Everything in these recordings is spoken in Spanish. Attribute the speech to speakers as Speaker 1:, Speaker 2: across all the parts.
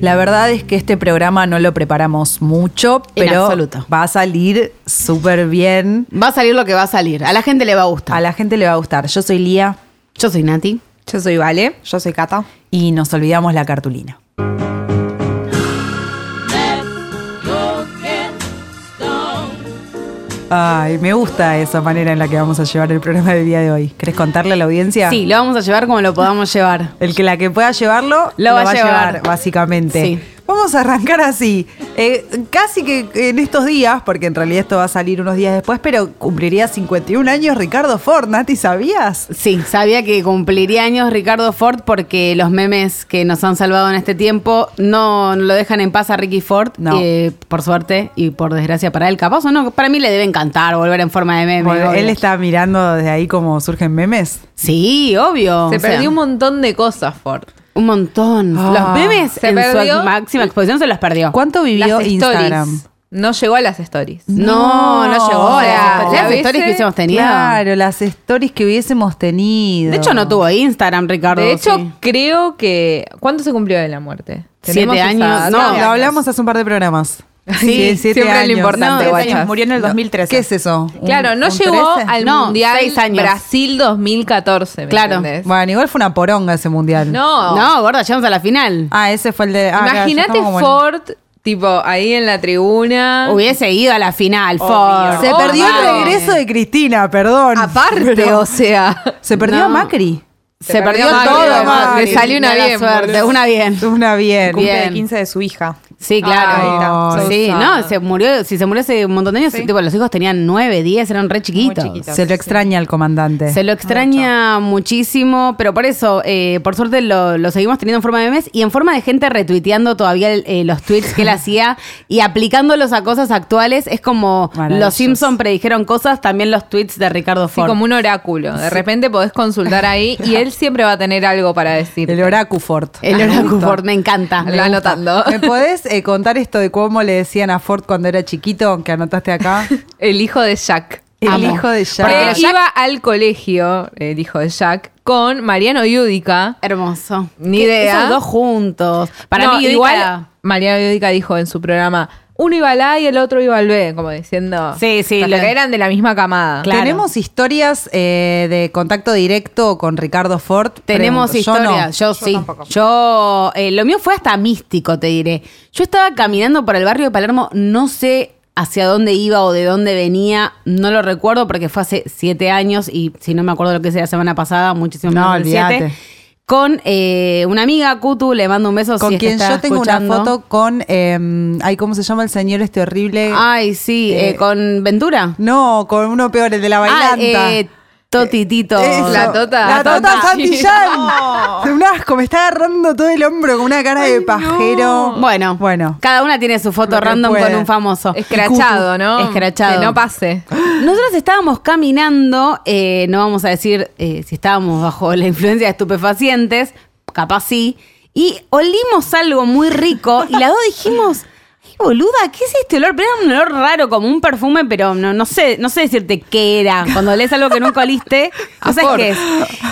Speaker 1: La verdad es que este programa no lo preparamos mucho,
Speaker 2: En
Speaker 1: pero
Speaker 2: absoluto.
Speaker 1: va a salir súper bien.
Speaker 2: Va a salir lo que va a salir. A la gente le va a gustar.
Speaker 1: A la gente le va a gustar. Yo soy Lía.
Speaker 2: Yo soy Nati.
Speaker 3: Yo soy Vale. Yo soy Cata.
Speaker 1: Y nos olvidamos la cartulina. Ay, me gusta esa manera en la que vamos a llevar el programa del día de hoy. ¿Querés contarle a la audiencia?
Speaker 2: Sí, lo vamos a llevar como lo podamos llevar.
Speaker 1: El que la que pueda llevarlo,
Speaker 2: Lo va a llevar.
Speaker 1: básicamente.
Speaker 2: Sí.
Speaker 1: Vamos a arrancar así. Eh, casi que en estos días, porque en realidad esto va a salir unos días después, pero cumpliría 51 años Ricardo Ford, Nati, ¿sabías?
Speaker 2: Sí, sabía que cumpliría años Ricardo Ford porque los memes que nos han salvado en este tiempo no lo dejan en paz a Ricky Ford.
Speaker 1: No.
Speaker 2: eh, por suerte y por desgracia para él, capaz o no. Para mí le debe encantar volver en forma de meme.
Speaker 1: Bueno,
Speaker 2: obvio.
Speaker 1: él está mirando desde ahí cómo surgen memes.
Speaker 2: Sí, obvio.
Speaker 3: Se
Speaker 2: o sea,
Speaker 3: perdió un montón de cosas, Ford.
Speaker 2: un montón.
Speaker 1: Ah.
Speaker 2: los memes
Speaker 3: Se
Speaker 2: en
Speaker 3: perdió.
Speaker 2: su máxima exposición se los perdió.
Speaker 1: ¿Cuánto vivió
Speaker 3: Las
Speaker 1: Instagram?
Speaker 3: stories. No llegó a las stories.
Speaker 2: No, no,
Speaker 1: No,
Speaker 2: llegó.
Speaker 1: o sea,
Speaker 2: Las,
Speaker 3: a
Speaker 2: las
Speaker 3: veces-
Speaker 2: stories que hubiésemos tenido.
Speaker 1: Claro, las stories que hubiésemos tenido.
Speaker 2: De hecho, no tuvo Instagram, Ricardo.
Speaker 3: De hecho,
Speaker 2: sí.
Speaker 3: creo que. ¿Cuándo se cumplió de la muerte?
Speaker 2: Siete
Speaker 3: Tenemos esa
Speaker 2: años,
Speaker 3: data.
Speaker 2: no.
Speaker 1: Lo hablamos hace un par de programas.
Speaker 3: Sí, siempre es lo importante,
Speaker 1: Siete
Speaker 3: guachas.
Speaker 1: años, Murió en el 2013. ¿Qué es eso? ¿Un-
Speaker 3: Claro, no
Speaker 1: un
Speaker 3: llegó
Speaker 1: 13?
Speaker 3: al
Speaker 2: No,
Speaker 3: Mundial
Speaker 2: seis años.
Speaker 3: Brasil 2014. ¿me
Speaker 2: Claro.
Speaker 3: entendés?
Speaker 1: Bueno, igual fue una poronga ese mundial.
Speaker 3: No.
Speaker 2: No, Ah, gorda, llegamos a la final.
Speaker 1: Ah, ese fue el de. ah, claro, ya
Speaker 3: Imagínate
Speaker 1: estamos como en-
Speaker 3: Ford, tipo, ahí en la tribuna.
Speaker 2: Hubiese ido a la final, Ford.
Speaker 1: Se
Speaker 3: Oh,
Speaker 1: perdió
Speaker 3: vale.
Speaker 1: el regreso de Cristina, perdón.
Speaker 3: Aparte,
Speaker 1: Pero-
Speaker 3: o sea.
Speaker 1: se perdió
Speaker 2: No.
Speaker 1: a Macri.
Speaker 2: Se, perdió,
Speaker 3: Macri,
Speaker 2: todo,
Speaker 3: además.
Speaker 2: Macri.
Speaker 3: Le salió una
Speaker 2: Mala
Speaker 3: bien,
Speaker 2: suerte,
Speaker 3: boludo.
Speaker 2: una bien.
Speaker 1: Una bien.
Speaker 2: Bien.
Speaker 4: cumple de 15 de su hija.
Speaker 2: Sí,
Speaker 3: Ay,
Speaker 1: está.
Speaker 2: claro.
Speaker 1: So
Speaker 2: sí,
Speaker 3: sad.
Speaker 2: no, se murió, si se murió hace un montón de años, tipo, los hijos tenían 9, 10, eran re chiquitos.
Speaker 4: chiquitos.
Speaker 1: Se lo extraña al comandante.
Speaker 2: Se lo extraña muchísimo, pero por eso, eh, por suerte lo, lo seguimos teniendo en forma de memes y en forma de gente retuiteando todavía el- eh, los tweets que él hacía y aplicándolos a cosas actuales. Es como
Speaker 1: Maravilloso.
Speaker 2: los Simpson predijeron cosas, también los tweets de Ricardo
Speaker 3: Sí,
Speaker 2: Ford.
Speaker 3: como un oráculo. De repente podés consultar ahí y él siempre va a tener algo para decir.
Speaker 1: el orácufort.
Speaker 2: el oráculo Ford, me encanta.
Speaker 3: Lo anotando.
Speaker 1: ¿Me podés eh, contar esto de cómo le decían a Ford cuando era chiquito, que anotaste acá?
Speaker 3: El hijo de Jack.
Speaker 1: El
Speaker 2: Amo.
Speaker 1: hijo de Jack.
Speaker 3: Porque
Speaker 2: Porque Jack-
Speaker 3: iba al colegio, el hijo de Jack, con Mariano Yudica.
Speaker 2: Hermoso.
Speaker 3: Ni
Speaker 2: Que
Speaker 3: idea.
Speaker 2: Esos dos juntos. Para
Speaker 3: No,
Speaker 2: mí,
Speaker 3: igual
Speaker 2: igual.
Speaker 3: Mariano Yudica dijo en su programa, uno iba al A y el otro iba al B, como diciendo.
Speaker 2: Sí, sí,
Speaker 3: hasta
Speaker 2: lo-
Speaker 3: que eran de la misma camada.
Speaker 2: Claro.
Speaker 1: Tenemos historias eh, de contacto directo con Ricardo Ford.
Speaker 2: Tenemos
Speaker 1: Pregunto, yo no.
Speaker 2: historias, yo, sí. Yo, eh, lo mío fue hasta místico, te diré. Yo estaba caminando por el barrio de Palermo, no sé hacia dónde iba o de dónde venía, no lo recuerdo porque fue hace siete años y si no me acuerdo lo que hice la semana pasada, muchísimo
Speaker 1: No,
Speaker 2: menos del siete,
Speaker 1: olvídate.
Speaker 2: Con eh, una amiga, Cutu, le mando un beso.
Speaker 1: Con
Speaker 2: si es que
Speaker 1: quien
Speaker 2: está
Speaker 1: yo tengo
Speaker 2: escuchando.
Speaker 1: una foto con. eh, ay, ¿cómo se llama el señor este horrible?
Speaker 2: Ay, sí, eh,
Speaker 1: Eh,
Speaker 2: con Ventura.
Speaker 1: No, con uno peor, el de la
Speaker 2: Ah,
Speaker 1: bailanta.
Speaker 2: eh, Totitito.
Speaker 1: Eso.
Speaker 3: la tota.
Speaker 1: La
Speaker 3: La
Speaker 1: tota
Speaker 3: tota.
Speaker 1: Santillán. Un asco, me está agarrando todo el hombro con una cara de
Speaker 3: Oh.
Speaker 1: pajero.
Speaker 2: Bueno,
Speaker 1: Bueno.
Speaker 2: Cada una tiene su foto
Speaker 1: Lo que
Speaker 2: random
Speaker 1: puede.
Speaker 2: con un famoso.
Speaker 3: Escrachado, ¿no?
Speaker 2: Escrachado.
Speaker 3: Que no pase.
Speaker 2: Nosotros estábamos caminando, eh, no vamos a decir eh, si estábamos bajo la influencia de estupefacientes, capaz sí, y olimos algo muy rico y las dos dijimos, ay boluda, ¿qué es este olor? Pero era un olor raro, como un perfume, pero no, no sé, no sé decirte qué era. Cuando lees algo que nunca oliste, no sabes
Speaker 3: Por.
Speaker 2: qué es.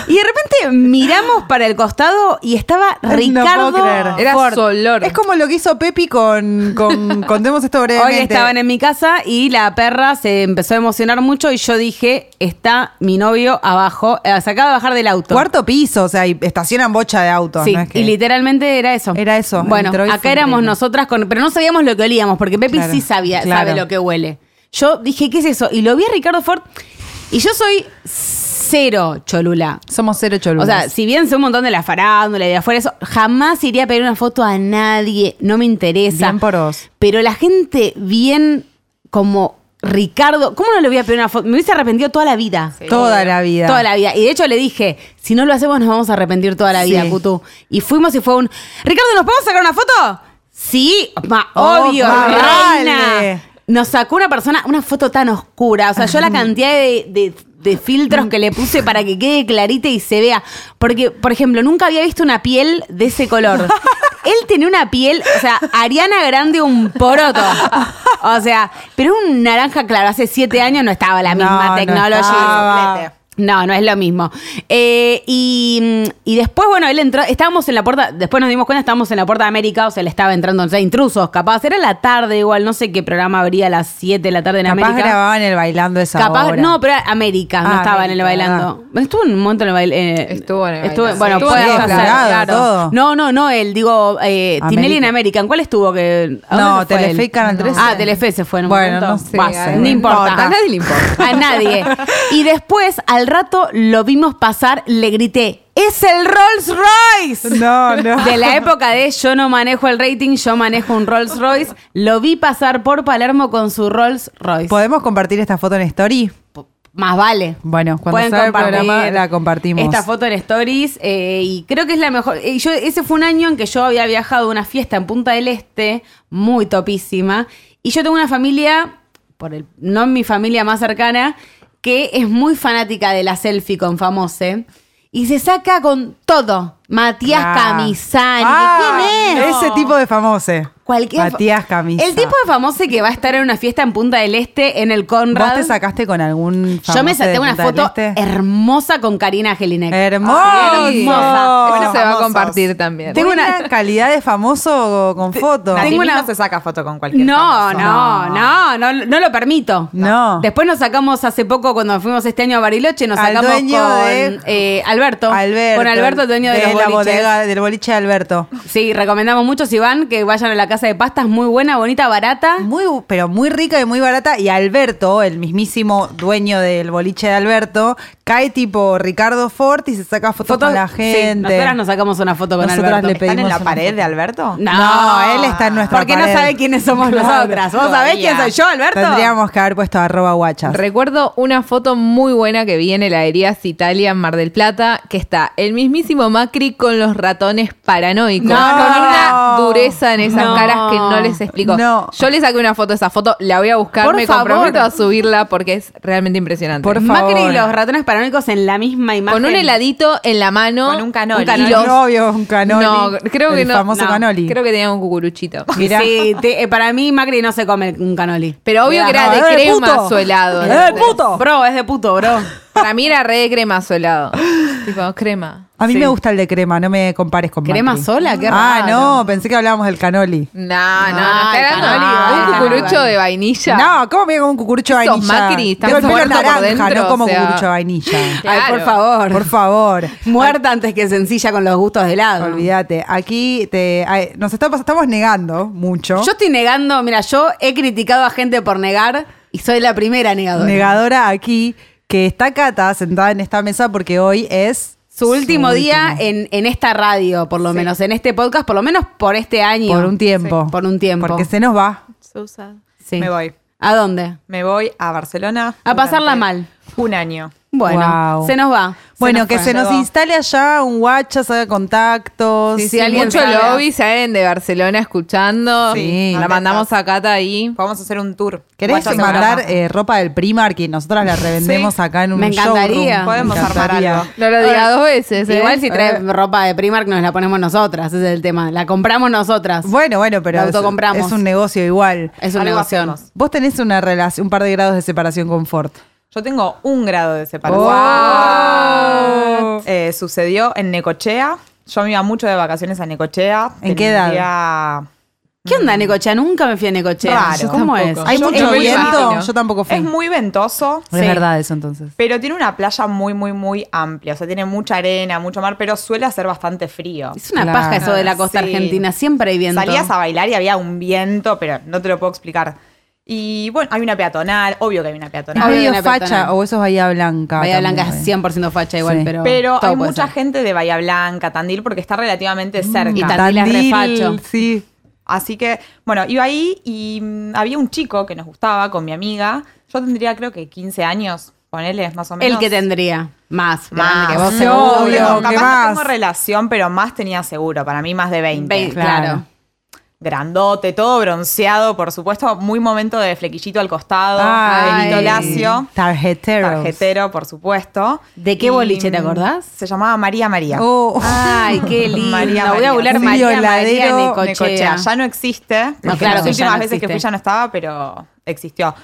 Speaker 2: Y de repente miramos para el costado y estaba
Speaker 1: No puedo
Speaker 2: Ricardo.
Speaker 1: creer.
Speaker 3: Era
Speaker 2: Ford.
Speaker 3: su olor.
Speaker 1: Es como lo que hizo Pepi con, con contemos esto brevemente.
Speaker 2: Hoy estaban en mi casa y la perra se empezó a emocionar mucho y yo dije, está mi novio abajo, eh, se acaba de bajar del auto.
Speaker 1: cuarto piso, o sea, y estacionan bocha de autos.
Speaker 2: Sí,
Speaker 1: no es que-
Speaker 2: y literalmente era eso.
Speaker 1: Era eso,
Speaker 2: Bueno,
Speaker 1: entró y fue
Speaker 2: acá éramos
Speaker 1: increíble.
Speaker 2: nosotras, con, pero no sabíamos lo que olíamos, porque Pepi
Speaker 1: Claro,
Speaker 2: sí sabía,
Speaker 1: claro.
Speaker 2: sabe lo que huele. Yo dije, ¿qué es eso? Y lo vi a Ricardo Ford y yo soy cero cholula.
Speaker 1: Somos cero cholulas.
Speaker 2: O sea, si bien sé un montón de la farándula y de afuera, eso, jamás iría a pedir una foto a nadie, no me interesa.
Speaker 1: Bien por vos.
Speaker 2: Pero la gente bien como Ricardo, ¿cómo no le voy a pedir una foto? Me hubiese arrepentido toda la vida.
Speaker 1: Toda la vida.
Speaker 2: Toda la vida. Y de hecho le dije, si no lo hacemos nos vamos a arrepentir toda la vida,
Speaker 1: Sí.
Speaker 2: Cutu. Y fuimos y fue un, Ricardo, ¿nos podemos sacar una foto? Sí, ma-
Speaker 1: Oh,
Speaker 2: obvio,
Speaker 1: ma-
Speaker 2: reina.
Speaker 1: vale.
Speaker 2: Nos sacó una persona, una foto tan oscura. O sea, yo la cantidad de, de- de filtros que le puse para que quede clarita y se vea. Porque, por ejemplo, nunca había visto una piel de ese color. Él tenía una piel, o sea, Ariana Grande un poroto. O sea, pero un naranja claro. Hace siete años no estaba la
Speaker 1: No,
Speaker 2: misma
Speaker 1: no
Speaker 2: tecnología.
Speaker 1: estaba.
Speaker 2: No, no es lo mismo. Eh, y, y después, bueno, él entró, estábamos en la puerta, después nos dimos cuenta, estábamos en la puerta de América, o sea, le estaba entrando, o sea, intrusos, capaz, era la tarde igual, no sé qué programa habría a las 7 de la tarde en
Speaker 1: Capaz
Speaker 2: América.
Speaker 1: grababan el bailando esa
Speaker 2: Capaz,
Speaker 1: hora.
Speaker 2: no, pero era América, no
Speaker 1: Ah,
Speaker 2: estaba en el
Speaker 1: América, ah.
Speaker 2: bailando. Estuvo en un momento en el baile. eh,
Speaker 3: Estuvo en el bailando,
Speaker 2: Bueno,
Speaker 3: sí.
Speaker 2: puede
Speaker 3: Estuvo
Speaker 2: ser,
Speaker 3: descargado,
Speaker 2: claro.
Speaker 1: todo.
Speaker 2: No, no, no, él, digo, eh,
Speaker 1: América.
Speaker 2: Tinelli en América. ¿En cuál estuvo? Que, ¿a
Speaker 1: No,
Speaker 2: dónde se fue él?
Speaker 1: Telefe y Canal 13.
Speaker 2: Ah, Telefe se fue en un
Speaker 1: Bueno,
Speaker 2: momento.
Speaker 1: no sé,
Speaker 2: Va,
Speaker 1: ahí
Speaker 2: no
Speaker 1: va.
Speaker 2: importa.
Speaker 1: Importa.
Speaker 3: A nadie le importa.
Speaker 2: A nadie. Y después, al rato, lo vimos pasar, le grité, ¡es el Rolls Royce!
Speaker 1: No, no.
Speaker 2: De la época de yo no manejo el rating, yo manejo un Rolls Royce, lo vi pasar por Palermo con su Rolls Royce.
Speaker 1: ¿Podemos compartir esta foto en Story?
Speaker 2: Po- Más vale.
Speaker 1: Bueno, cuando
Speaker 2: Pueden
Speaker 1: salga el
Speaker 2: compartir
Speaker 1: programa la compartimos.
Speaker 2: Esta foto en stories eh, y creo que es la mejor. eh, yo, ese fue un año en que yo había viajado a una fiesta en Punta del Este, muy topísima, y yo tengo una familia, por el, no mi familia más cercana, que es muy fanática de la selfie con Famose. Y se saca con todo. Matías
Speaker 1: Ah.
Speaker 2: Camisani.
Speaker 1: Ah,
Speaker 2: ¿Quién es?
Speaker 1: Ese tipo de famose.
Speaker 2: Cualquier
Speaker 1: Matías Camisa.
Speaker 2: El tipo de famoso que va a estar en una fiesta en Punta del Este, en el Conrad.
Speaker 1: ¿Vos te sacaste con algún famoso
Speaker 2: Yo me
Speaker 1: de
Speaker 2: saqué una
Speaker 1: Punta del
Speaker 2: foto
Speaker 1: Este?
Speaker 2: hermosa con Karina Gelinek.
Speaker 1: Hermoso.
Speaker 2: Hermosa.
Speaker 3: Eso se va a
Speaker 4: famosos.
Speaker 3: compartir también.
Speaker 1: Tengo una calidad de famoso con foto.
Speaker 4: Nati
Speaker 2: Tengo
Speaker 4: Mil
Speaker 2: una-
Speaker 4: no se saca foto con cualquier
Speaker 2: No,
Speaker 4: famoso.
Speaker 2: no, no, no, no lo permito.
Speaker 1: No.
Speaker 2: Después nos sacamos hace poco, cuando fuimos este año a Bariloche, nos
Speaker 1: Al
Speaker 2: sacamos
Speaker 1: dueño
Speaker 2: con
Speaker 1: de-
Speaker 2: eh, Alberto.
Speaker 1: Alberto.
Speaker 2: Con Alberto, el dueño de, los
Speaker 1: la
Speaker 2: boliches.
Speaker 1: bodega del boliche de Alberto.
Speaker 2: Sí, recomendamos mucho si van que vayan a la casa de pastas, muy buena, bonita, barata.
Speaker 1: Muy, bu- pero muy rica y muy barata. Y Alberto, el mismísimo dueño del boliche de Alberto, cae tipo Ricardo Ford y se saca fotos, con la
Speaker 2: sí,
Speaker 1: gente.
Speaker 2: nosotras nos sacamos una foto con
Speaker 1: Nosotras
Speaker 2: Alberto.
Speaker 1: le
Speaker 4: ¿Están en
Speaker 1: pedimos
Speaker 4: la
Speaker 1: una
Speaker 4: pared
Speaker 1: foto.
Speaker 4: de Alberto?
Speaker 2: No.
Speaker 1: No, él está en nuestra
Speaker 2: Porque
Speaker 1: pared.
Speaker 2: no sabe quiénes somos nosotras. ¿Vos sabés
Speaker 4: Todavía.
Speaker 2: quién soy yo, Alberto?
Speaker 1: Tendríamos que haber puesto arroba guachas.
Speaker 3: Recuerdo una foto muy buena que vi en heladerías Italia en Mar del Plata, que está el mismísimo Macri con los ratones paranoicos.
Speaker 2: No.
Speaker 3: con una dureza en esas
Speaker 2: No.
Speaker 3: caras que no les explico.
Speaker 1: No.
Speaker 3: Yo le saqué una foto a esa foto, la voy a buscar,
Speaker 2: Por
Speaker 3: me
Speaker 2: favor.
Speaker 3: comprometo a subirla porque es realmente impresionante.
Speaker 1: Por
Speaker 2: Macri
Speaker 1: favor.
Speaker 2: y los ratones paranoicos en la misma imagen.
Speaker 3: con un heladito en la mano.
Speaker 4: Con un canoli.
Speaker 3: y
Speaker 4: Un
Speaker 3: los-
Speaker 1: Obvio, un canoli.
Speaker 3: No, creo que
Speaker 1: El
Speaker 3: no.
Speaker 1: famoso
Speaker 3: no,
Speaker 1: canoli.
Speaker 3: Creo que tenía un cucuruchito.
Speaker 1: Mirá.
Speaker 2: Sí, te- eh, para mí Macri no se come un canoli.
Speaker 3: Pero obvio
Speaker 2: Mirá.
Speaker 3: que era
Speaker 1: No,
Speaker 3: de
Speaker 1: es de
Speaker 3: crema
Speaker 1: puto.
Speaker 3: su helado.
Speaker 1: Es de
Speaker 3: ¿entendés?
Speaker 1: puto.
Speaker 2: Bro, es de puto, bro.
Speaker 3: Para mí era re de crema su helado. Tipo, crema.
Speaker 1: A mí
Speaker 2: Sí.
Speaker 1: me gusta el de crema, no me compares con
Speaker 2: ¿Crema
Speaker 1: Macri.
Speaker 2: sola? Qué
Speaker 1: Ah,
Speaker 2: raro.
Speaker 1: no, pensé que hablábamos del canoli.
Speaker 3: No, no,
Speaker 2: Ah,
Speaker 3: no, está
Speaker 2: el
Speaker 3: hablando
Speaker 2: canoli,
Speaker 3: de eh.
Speaker 2: ah,
Speaker 3: un cucurucho
Speaker 2: canoli.
Speaker 3: de vainilla.
Speaker 1: No, ¿cómo me con un cucurucho de
Speaker 3: Sos
Speaker 1: vainilla?
Speaker 3: Macri,
Speaker 1: Tengo el
Speaker 3: estás
Speaker 1: pelo
Speaker 3: muerto por
Speaker 1: naranja,
Speaker 3: dentro,
Speaker 1: no como
Speaker 3: o sea.
Speaker 1: cucurucho de vainilla.
Speaker 2: Ay,
Speaker 3: Claro.
Speaker 2: por favor.
Speaker 1: Por favor.
Speaker 2: Muerta antes que sencilla con los gustos de helado.
Speaker 1: Olvídate, aquí te, ay, nos estamos, estamos negando mucho.
Speaker 2: Yo estoy negando, mira, yo he criticado a gente por negar y soy la primera negadora.
Speaker 1: negadora aquí, que está Cata sentada en esta mesa porque hoy es
Speaker 2: Su último día en, en esta radio, por lo menos, en este podcast, por lo menos por este año.
Speaker 1: por un tiempo.
Speaker 2: Sí, por un tiempo.
Speaker 1: Porque se nos va.
Speaker 2: Sí. Ah.
Speaker 4: Me voy.
Speaker 2: ¿A dónde?
Speaker 4: Me voy a Barcelona.
Speaker 2: A pasarla
Speaker 4: durante
Speaker 2: mal.
Speaker 4: Un año.
Speaker 2: Bueno,
Speaker 1: Wow.
Speaker 2: se nos va. Se
Speaker 1: Bueno,
Speaker 2: nos
Speaker 1: que
Speaker 2: fue.
Speaker 1: se nos
Speaker 4: Llegó.
Speaker 1: instale allá un WhatsApp, haga contactos.
Speaker 2: Sí,
Speaker 3: Sí,
Speaker 2: Si alguien
Speaker 3: mucho
Speaker 2: sabe.
Speaker 3: lobby, salen de Barcelona escuchando.
Speaker 4: Sí.
Speaker 3: La mandamos a Cata ahí.
Speaker 4: Vamos a hacer un tour.
Speaker 1: ¿Querés
Speaker 4: Guachas en
Speaker 1: mandar
Speaker 4: Europa.
Speaker 1: eh, ropa del Primark y nosotras la revendemos acá en un
Speaker 2: Me encantaría.
Speaker 1: showroom?
Speaker 4: Podemos
Speaker 1: Me
Speaker 4: armar
Speaker 1: encantaría.
Speaker 4: algo.
Speaker 3: No lo diga dos veces. ¿eh?
Speaker 2: Igual si trae ropa de Primark nos la ponemos nosotras, ese es el tema. La compramos nosotras.
Speaker 1: Bueno, bueno, pero
Speaker 2: La
Speaker 1: es,
Speaker 2: autocompramos.
Speaker 1: es un negocio igual.
Speaker 2: es una
Speaker 4: Algo
Speaker 2: negocio.
Speaker 4: hacemos.
Speaker 1: Vos tenés una relación, un par de grados de separación con Ford.
Speaker 4: Yo tengo un grado de separación. Eh, sucedió en Necochea. Yo me iba mucho de vacaciones a Necochea.
Speaker 1: ¿En qué edad?
Speaker 4: Tendría-
Speaker 2: ¿Qué onda, Necochea? Nunca me fui a Necochea.
Speaker 4: Raro. Yo
Speaker 2: ¿Cómo es?
Speaker 3: tampoco.
Speaker 1: ¿Hay
Speaker 4: Yo
Speaker 1: mucho
Speaker 4: fui
Speaker 1: viento?
Speaker 3: vacaciones.
Speaker 1: Yo tampoco fui.
Speaker 4: Es muy ventoso.
Speaker 1: Es
Speaker 2: Sí.
Speaker 1: verdad eso entonces.
Speaker 4: Pero tiene una playa muy, muy, muy amplia. O sea, tiene mucha arena, mucho mar, pero suele hacer bastante frío.
Speaker 2: Es una
Speaker 1: Claro.
Speaker 2: paja eso de la costa
Speaker 4: Sí.
Speaker 2: argentina, siempre hay viento.
Speaker 4: Salías a bailar y había un viento, pero no te lo puedo explicar. Y bueno, hay una peatonal, obvio que hay una
Speaker 1: Es
Speaker 4: peatonal.
Speaker 2: Había
Speaker 1: medio
Speaker 2: una
Speaker 1: facha,
Speaker 2: peatonal.
Speaker 1: o eso es Bahía Blanca.
Speaker 2: Bahía
Speaker 1: también,
Speaker 2: Blanca
Speaker 1: eh.
Speaker 2: es 100% facha igual,
Speaker 1: Sí.
Speaker 2: pero
Speaker 4: Pero
Speaker 2: todo
Speaker 4: hay
Speaker 2: puede
Speaker 4: mucha
Speaker 2: ser. Mm,
Speaker 4: gente de Bahía Blanca, Tandil, porque está relativamente cerca.
Speaker 2: Y Tandil es
Speaker 1: Tandil,
Speaker 2: refacho.
Speaker 1: Mm. Sí.
Speaker 4: Así que, bueno, iba ahí y mm, había un chico que nos gustaba con mi amiga. Yo tendría creo que 15 años, ponele, más o menos.
Speaker 2: El que tendría más grande
Speaker 4: Más.
Speaker 2: que vos.
Speaker 1: Sí,
Speaker 2: seguro.
Speaker 4: No,
Speaker 1: Obvio,
Speaker 4: no,
Speaker 1: ¿qué
Speaker 4: capaz
Speaker 1: más?
Speaker 4: no tengo relación, pero más tenía seguro. Para mí más de 20.
Speaker 2: Ve- claro.
Speaker 1: Claro.
Speaker 4: Grandote, todo bronceado, por supuesto. Muy momento de flequillito al costado.
Speaker 1: Ay.
Speaker 4: pelito lacio.
Speaker 1: Tarjetero.
Speaker 4: Tarjetero, por supuesto. mm,
Speaker 2: ¿De qué boliche te acordás?
Speaker 4: Se llamaba María María.
Speaker 1: Oh.
Speaker 2: Ay, qué lindo.
Speaker 4: María,
Speaker 2: Voy a
Speaker 4: María.
Speaker 2: bular
Speaker 1: Un
Speaker 2: María, María
Speaker 1: violadero
Speaker 2: Necochea.
Speaker 4: Necochea. Ya no existe.
Speaker 2: No, claro
Speaker 4: Las
Speaker 2: que ya
Speaker 4: últimas
Speaker 2: no
Speaker 4: veces que
Speaker 2: existe.
Speaker 4: fui ya no estaba, pero existió.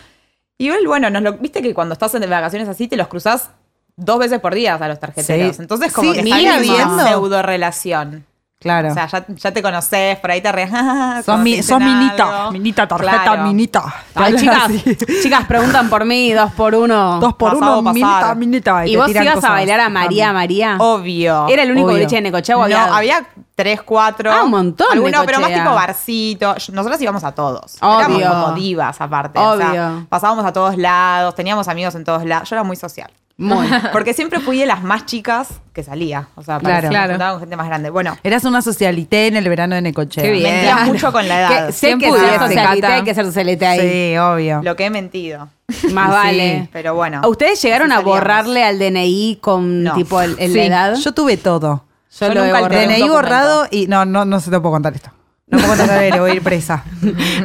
Speaker 4: Y él, bueno, nos lo, viste que cuando estás en vacaciones así, te los cruzás dos veces por día a los tarjeteros.
Speaker 1: Sí.
Speaker 4: Entonces, como
Speaker 1: Sí,
Speaker 4: que
Speaker 1: ni
Speaker 4: están
Speaker 1: la
Speaker 4: en
Speaker 1: viendo.
Speaker 4: una pseudo relación.
Speaker 1: Claro.
Speaker 4: O sea, ya, ya te conoces, por ahí te reas. ah,
Speaker 1: Sos, mi-
Speaker 4: conociste
Speaker 1: sos
Speaker 4: en
Speaker 1: minita,
Speaker 4: algo.
Speaker 1: minita, tarjeta,
Speaker 4: Claro.
Speaker 1: minita.
Speaker 2: Ay,
Speaker 1: Hablas
Speaker 2: chicas,
Speaker 1: así.
Speaker 2: chicas preguntan por mí, dos por uno.
Speaker 1: Dos por
Speaker 4: Pasado,
Speaker 1: uno, minita,
Speaker 4: pasado.
Speaker 1: minita.
Speaker 2: y
Speaker 1: te
Speaker 2: vos
Speaker 1: tiran
Speaker 2: ibas
Speaker 1: cosas.
Speaker 2: a bailar a María, María.
Speaker 4: Ah, Obvio.
Speaker 2: Era el único
Speaker 1: Obvio.
Speaker 2: boliche de Necochea o había.
Speaker 4: No, había tres, cuatro.
Speaker 2: Ah, un montón de
Speaker 4: Algunos, pero más
Speaker 2: cochea.
Speaker 4: tipo barcito. Yo- Nosotras íbamos a todos.
Speaker 2: Obvio.
Speaker 4: Éramos como divas aparte. O sea,
Speaker 2: Obvio.
Speaker 4: pasábamos a todos lados, teníamos amigos en todos lados. Yo era muy social.
Speaker 2: Muy.
Speaker 4: Porque siempre fui de las más chicas que salía. O sea,
Speaker 1: Claro.
Speaker 4: claro,
Speaker 3: Claro.
Speaker 4: con gente más grande. Bueno,
Speaker 1: Eras una socialité en el verano de Necochea.
Speaker 2: Qué bien.
Speaker 4: mentía mucho con la edad.
Speaker 2: Que, sé
Speaker 3: ¿Quién
Speaker 2: que ser
Speaker 3: pudiese,
Speaker 2: socialite
Speaker 3: Cata?
Speaker 2: hay que ser socialite ahí.
Speaker 1: Sí, obvio.
Speaker 4: Lo que he mentido.
Speaker 1: Sí.
Speaker 2: Más vale.
Speaker 4: Pero bueno.
Speaker 2: ¿A ¿Ustedes llegaron
Speaker 4: así
Speaker 2: a
Speaker 4: salíamos.
Speaker 2: borrarle al DNI con
Speaker 4: No.
Speaker 2: tipo el, el
Speaker 3: Sí.
Speaker 2: la edad?
Speaker 1: Yo tuve todo.
Speaker 2: Yo
Speaker 4: yo
Speaker 2: lo he
Speaker 4: nunca
Speaker 2: borrado.
Speaker 4: alteré un
Speaker 1: DNI
Speaker 4: documento.
Speaker 1: borrado y. No, no, no se te puedo contar esto. No puedo contar de voy a ir presa.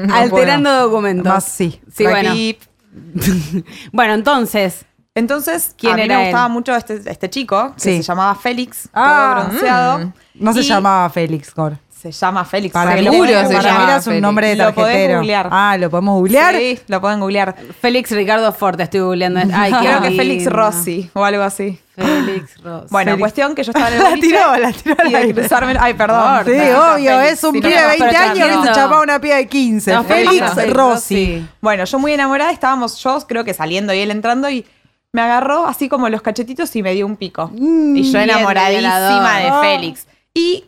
Speaker 1: No
Speaker 2: Alterando
Speaker 1: puedo.
Speaker 2: documentos.
Speaker 1: Más sí.
Speaker 2: Sí, bueno.
Speaker 4: Y
Speaker 2: Bueno, entonces,
Speaker 4: Entonces,
Speaker 2: ¿Quién
Speaker 4: a mí
Speaker 2: era
Speaker 4: me
Speaker 2: él?
Speaker 4: gustaba mucho este, este chico, que
Speaker 1: Sí.
Speaker 4: se llamaba Félix,
Speaker 1: Ah,
Speaker 4: todo bronceado.
Speaker 2: mm.
Speaker 1: No se
Speaker 4: Y
Speaker 1: llamaba Félix Gore.
Speaker 4: Se llama Félix.
Speaker 1: Para mí,
Speaker 4: seguro
Speaker 3: Seguro
Speaker 1: para
Speaker 3: se
Speaker 1: mí
Speaker 3: llamaba
Speaker 1: era un
Speaker 3: Félix.
Speaker 1: nombre de
Speaker 4: Lo podés
Speaker 1: tarjetero.
Speaker 4: googlear.
Speaker 1: Ah, lo podemos googlear.
Speaker 4: Sí, lo pueden googlear.
Speaker 2: Félix Ricardo Forte, estoy googleando. esto. Ay, qué
Speaker 4: Creo que
Speaker 2: divino.
Speaker 4: Félix Rossi o algo así.
Speaker 2: Félix Rossi.
Speaker 4: Bueno,
Speaker 1: Félix.
Speaker 4: cuestión que yo estaba en el
Speaker 1: La
Speaker 4: boliche
Speaker 1: tiró, la tiró al
Speaker 4: y de
Speaker 1: aire.
Speaker 4: cruzarme- Ay, perdón.
Speaker 1: Sí, obvio, es un pibe de 20 años que se chapa a una piba de 15.
Speaker 2: No,
Speaker 1: Félix
Speaker 2: Félix
Speaker 1: Rossi.
Speaker 4: Bueno, yo muy enamorada, estábamos yo creo que saliendo y él entrando y me agarró así como los cachetitos y me dio un pico. y yo
Speaker 2: Mm, bien
Speaker 4: enamoradísima de
Speaker 2: violador.
Speaker 4: Félix. Y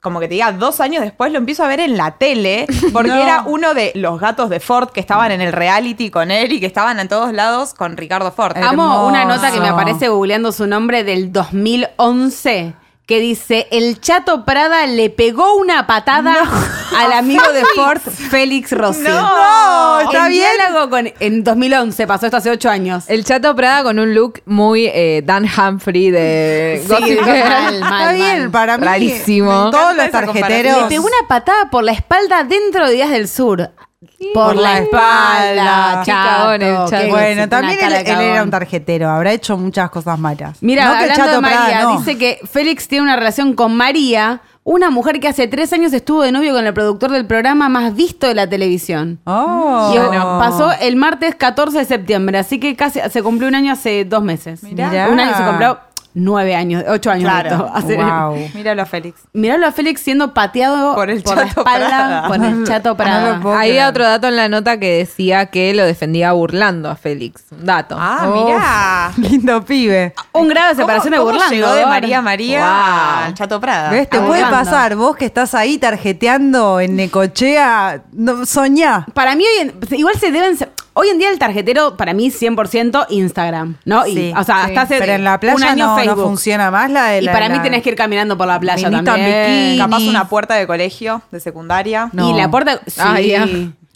Speaker 4: como que te diga, dos años después lo empiezo a ver en la tele, porque
Speaker 1: No.
Speaker 4: era uno de los gatos de Ford que estaban en el reality con él y que estaban en todos lados con Ricardo Ford.
Speaker 2: Amo
Speaker 1: Hermoso.
Speaker 2: una nota que me aparece googleando su nombre del 2011 que dice, el Chato Prada le pegó una patada al amigo de Ford, Félix Rossi.
Speaker 4: No,
Speaker 1: está
Speaker 2: En
Speaker 1: bien.
Speaker 2: diálogo con, en 2011, pasó esto hace 8 años.
Speaker 3: El Chato Prada con un look muy eh, Dan Humphrey de
Speaker 2: Sí,
Speaker 3: Gossip Girl.
Speaker 2: mal, mal,
Speaker 1: Está bien,
Speaker 2: mal.
Speaker 1: para mí.
Speaker 3: Rarísimo.
Speaker 1: Todos
Speaker 4: Me
Speaker 1: los
Speaker 4: encanta esa
Speaker 1: tarjeteros.
Speaker 4: comparación.
Speaker 2: Le pegó una patada por la espalda dentro de Días del Sur.
Speaker 1: Por la espalda.
Speaker 2: chato,
Speaker 3: Cagón el
Speaker 2: qué
Speaker 3: Chato.
Speaker 1: Bueno,
Speaker 2: una
Speaker 1: también él,
Speaker 2: cara de
Speaker 1: él era
Speaker 2: cagón.
Speaker 1: un tarjetero, habrá hecho muchas cosas malas.
Speaker 2: Mira,
Speaker 1: No que el
Speaker 2: hablando de
Speaker 1: Chato
Speaker 2: María,
Speaker 1: Prada, no.
Speaker 2: dice que Félix tiene una relación con María, una mujer que hace tres años estuvo de novio con el productor del programa más visto de la televisión.
Speaker 1: Oh.
Speaker 2: Y pasó el martes 14 de septiembre, así que casi se cumplió un año hace dos meses.
Speaker 1: Mirá.
Speaker 2: Un año se cumplió nueve años, ocho años. de esto. Hace-
Speaker 1: Wow.
Speaker 4: Míralo a Félix.
Speaker 2: Miralo a Félix siendo pateado
Speaker 4: Por el
Speaker 2: la
Speaker 4: Chato
Speaker 2: espalda
Speaker 4: Prada.
Speaker 2: por el chato Prada.
Speaker 1: puedo
Speaker 3: Había
Speaker 1: creer.
Speaker 3: otro dato en la nota que decía que lo defendía burlando a Félix. Un dato.
Speaker 4: Ah,
Speaker 1: Oh.
Speaker 4: mirá.
Speaker 1: Lindo pibe.
Speaker 2: un grado de separación
Speaker 4: ¿Cómo-
Speaker 2: de
Speaker 4: cómo
Speaker 2: burlando.
Speaker 4: llegó de
Speaker 2: ahora?
Speaker 4: María María
Speaker 2: Wow.
Speaker 4: al Chato Prada.
Speaker 1: ¿Ves? Te
Speaker 2: Ah,
Speaker 1: puede
Speaker 2: buscando.
Speaker 1: pasar, vos que estás ahí tarjeteando en Necochea, no, soñá.
Speaker 2: Para mí, hoy en- pues, igual se deben. se- Hoy en día el tarjetero, para mí, 100% Instagram, ¿no? Oh, Y,
Speaker 1: Sí,
Speaker 2: o sea, hasta hace
Speaker 1: Pero en la playa
Speaker 2: un año
Speaker 1: no, no
Speaker 2: Facebook.
Speaker 1: funciona más la de
Speaker 2: y
Speaker 1: la.
Speaker 2: para mí
Speaker 1: la-
Speaker 2: tenés que ir caminando por la playa
Speaker 1: Minita en
Speaker 2: también.
Speaker 1: bikini.
Speaker 4: Capaz una puerta de colegio, de secundaria.
Speaker 1: No. ah.
Speaker 2: Y la puerta. Sí.
Speaker 3: Ay, ya.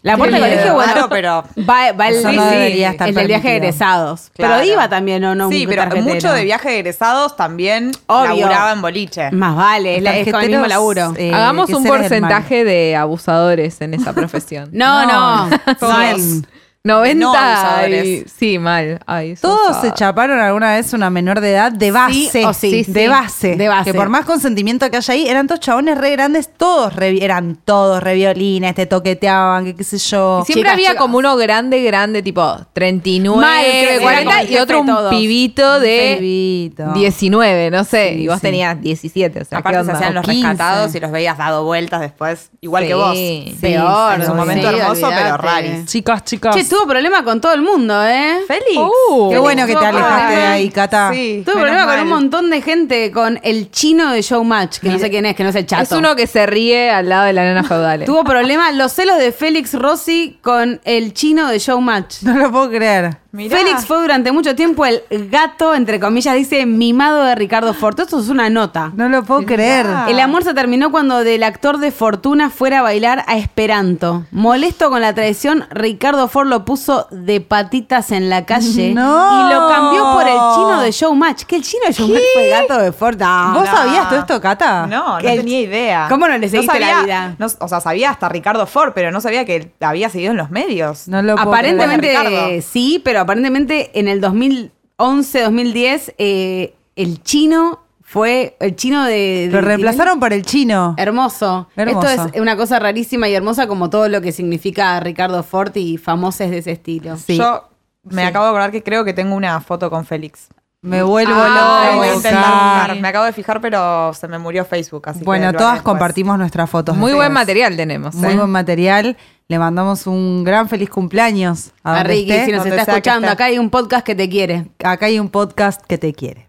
Speaker 2: La puerta
Speaker 4: Qué
Speaker 2: del colegio,
Speaker 4: miedo.
Speaker 2: bueno.
Speaker 4: Raro, pero-
Speaker 2: Va, va el,
Speaker 1: Eso no debería estar
Speaker 2: el del viaje de
Speaker 1: permitido.
Speaker 2: egresados.
Speaker 4: Claro.
Speaker 2: Pero iba también, ¿o no?
Speaker 4: Sí,
Speaker 2: Un
Speaker 4: pero
Speaker 2: tarjetero.
Speaker 4: mucho de viaje de egresados también
Speaker 2: Obvio.
Speaker 4: laburaba en boliche.
Speaker 2: Más vale, es, la- es con el mismo
Speaker 1: Tarjeteros,
Speaker 2: laburo.
Speaker 1: eh,
Speaker 3: Hagamos
Speaker 1: que
Speaker 3: un
Speaker 1: seres del mal.
Speaker 3: porcentaje de abusadores en esa profesión.
Speaker 2: no, no.
Speaker 4: Todos.
Speaker 1: es-
Speaker 3: 90
Speaker 4: No
Speaker 3: y-
Speaker 4: abusadores.
Speaker 3: Sí, mal. Ay, sos
Speaker 1: Todos
Speaker 3: sad.
Speaker 1: se chaparon alguna vez una menor de edad de base.
Speaker 2: Sí o sí. Sí, sí.
Speaker 1: De base.
Speaker 2: De base.
Speaker 1: Que por más consentimiento que haya ahí, eran todos chabones re grandes, todos re- eran todos re violines, te toqueteaban, que qué sé yo.
Speaker 3: Siempre
Speaker 2: Chicas,
Speaker 3: había
Speaker 2: chicas.
Speaker 3: como uno grande, grande, tipo 39,
Speaker 2: Mal, que
Speaker 3: 40
Speaker 2: era como
Speaker 3: eh, y
Speaker 2: el
Speaker 3: otro
Speaker 2: jefe de
Speaker 3: un
Speaker 2: todos.
Speaker 3: pibito de
Speaker 1: Pibito.
Speaker 3: 19, no sé.
Speaker 1: Sí,
Speaker 3: y vos
Speaker 1: sí.
Speaker 3: tenías 17, o sea, ¿qué
Speaker 4: Aparte se
Speaker 3: onda?
Speaker 4: hacían los
Speaker 1: 15.
Speaker 4: rescatados y los veías dado vueltas después, igual que vos.
Speaker 3: Sí.
Speaker 2: Peor.
Speaker 1: sí,
Speaker 4: En
Speaker 1: obvio.
Speaker 4: su momento
Speaker 2: Sí,
Speaker 4: hermoso, pero
Speaker 2: olvidate.
Speaker 4: rari.
Speaker 1: Chicas, chicas.
Speaker 2: Che, tuvo problema con todo el mundo, ¿eh?
Speaker 4: Félix.
Speaker 3: Uh,
Speaker 1: Qué bueno que te alejaste de ahí, Cata.
Speaker 4: Sí,
Speaker 2: Tuve
Speaker 4: menos
Speaker 2: problema
Speaker 4: mal.
Speaker 2: con un montón de gente, con el chino de Showmatch, que no sé quién es, que no es el chato.
Speaker 3: Es uno que se ríe al lado de la nena feudal.
Speaker 2: Tuvo problema los celos de Félix Rossi con el chino de Showmatch.
Speaker 1: No lo puedo creer.
Speaker 4: Mirá.
Speaker 2: Félix fue durante mucho tiempo el gato, entre comillas, dice, mimado de Ricardo Forte. Esto es una nota.
Speaker 1: No lo puedo creer.
Speaker 2: El amor se terminó cuando del actor de Fortuna fuera a bailar a Esperanto. Molesto con la traición, Ricardo Ford lo puso de patitas en la calle
Speaker 1: No.
Speaker 2: y lo cambió por el chino de Showmatch. Que el chino de Showmatch fue gato de Ford. No.
Speaker 1: ¿Vos
Speaker 4: No.
Speaker 1: sabías todo esto, Cata?
Speaker 4: No, no
Speaker 2: Que el-
Speaker 4: tenía idea.
Speaker 2: ¿Cómo no le seguiste la
Speaker 4: sabía-
Speaker 2: vida?
Speaker 4: no- o sea, sabía hasta Ricardo Ford, pero no sabía que había seguido en los medios.
Speaker 1: No lo puedo
Speaker 2: aparentemente
Speaker 4: creer. Ricardo.
Speaker 2: sí, pero aparentemente en el 2011, 2010 eh, el chino fue el chino de, de-
Speaker 1: Lo reemplazaron por el chino.
Speaker 2: Hermoso.
Speaker 1: Hermoso.
Speaker 2: Esto es una cosa rarísima y hermosa como todo lo que significa Ricardo Forti y famosos de ese estilo.
Speaker 1: Sí.
Speaker 4: Yo me acabo de acordar que creo que tengo una foto con Félix.
Speaker 1: Me vuelvo
Speaker 4: Ay,
Speaker 1: loca.
Speaker 4: Ah, voy a intentar
Speaker 3: buscar.
Speaker 4: buscar. Me acabo de fijar, pero se me murió Facebook. Así que lo
Speaker 1: Bueno,
Speaker 4: haré
Speaker 1: todas
Speaker 4: después.
Speaker 1: compartimos nuestras fotos. de
Speaker 3: Muy buen
Speaker 1: feos.
Speaker 3: material tenemos.
Speaker 1: Muy
Speaker 3: ¿eh?
Speaker 1: buen material. Le mandamos un gran feliz cumpleaños a,
Speaker 2: A
Speaker 1: donde
Speaker 2: Ricky,
Speaker 1: esté,
Speaker 2: si nos
Speaker 1: donde
Speaker 2: está
Speaker 1: sea que
Speaker 2: escuchando,
Speaker 1: esté.
Speaker 2: acá hay un podcast que te quiere.
Speaker 1: Acá hay un podcast que te quiere.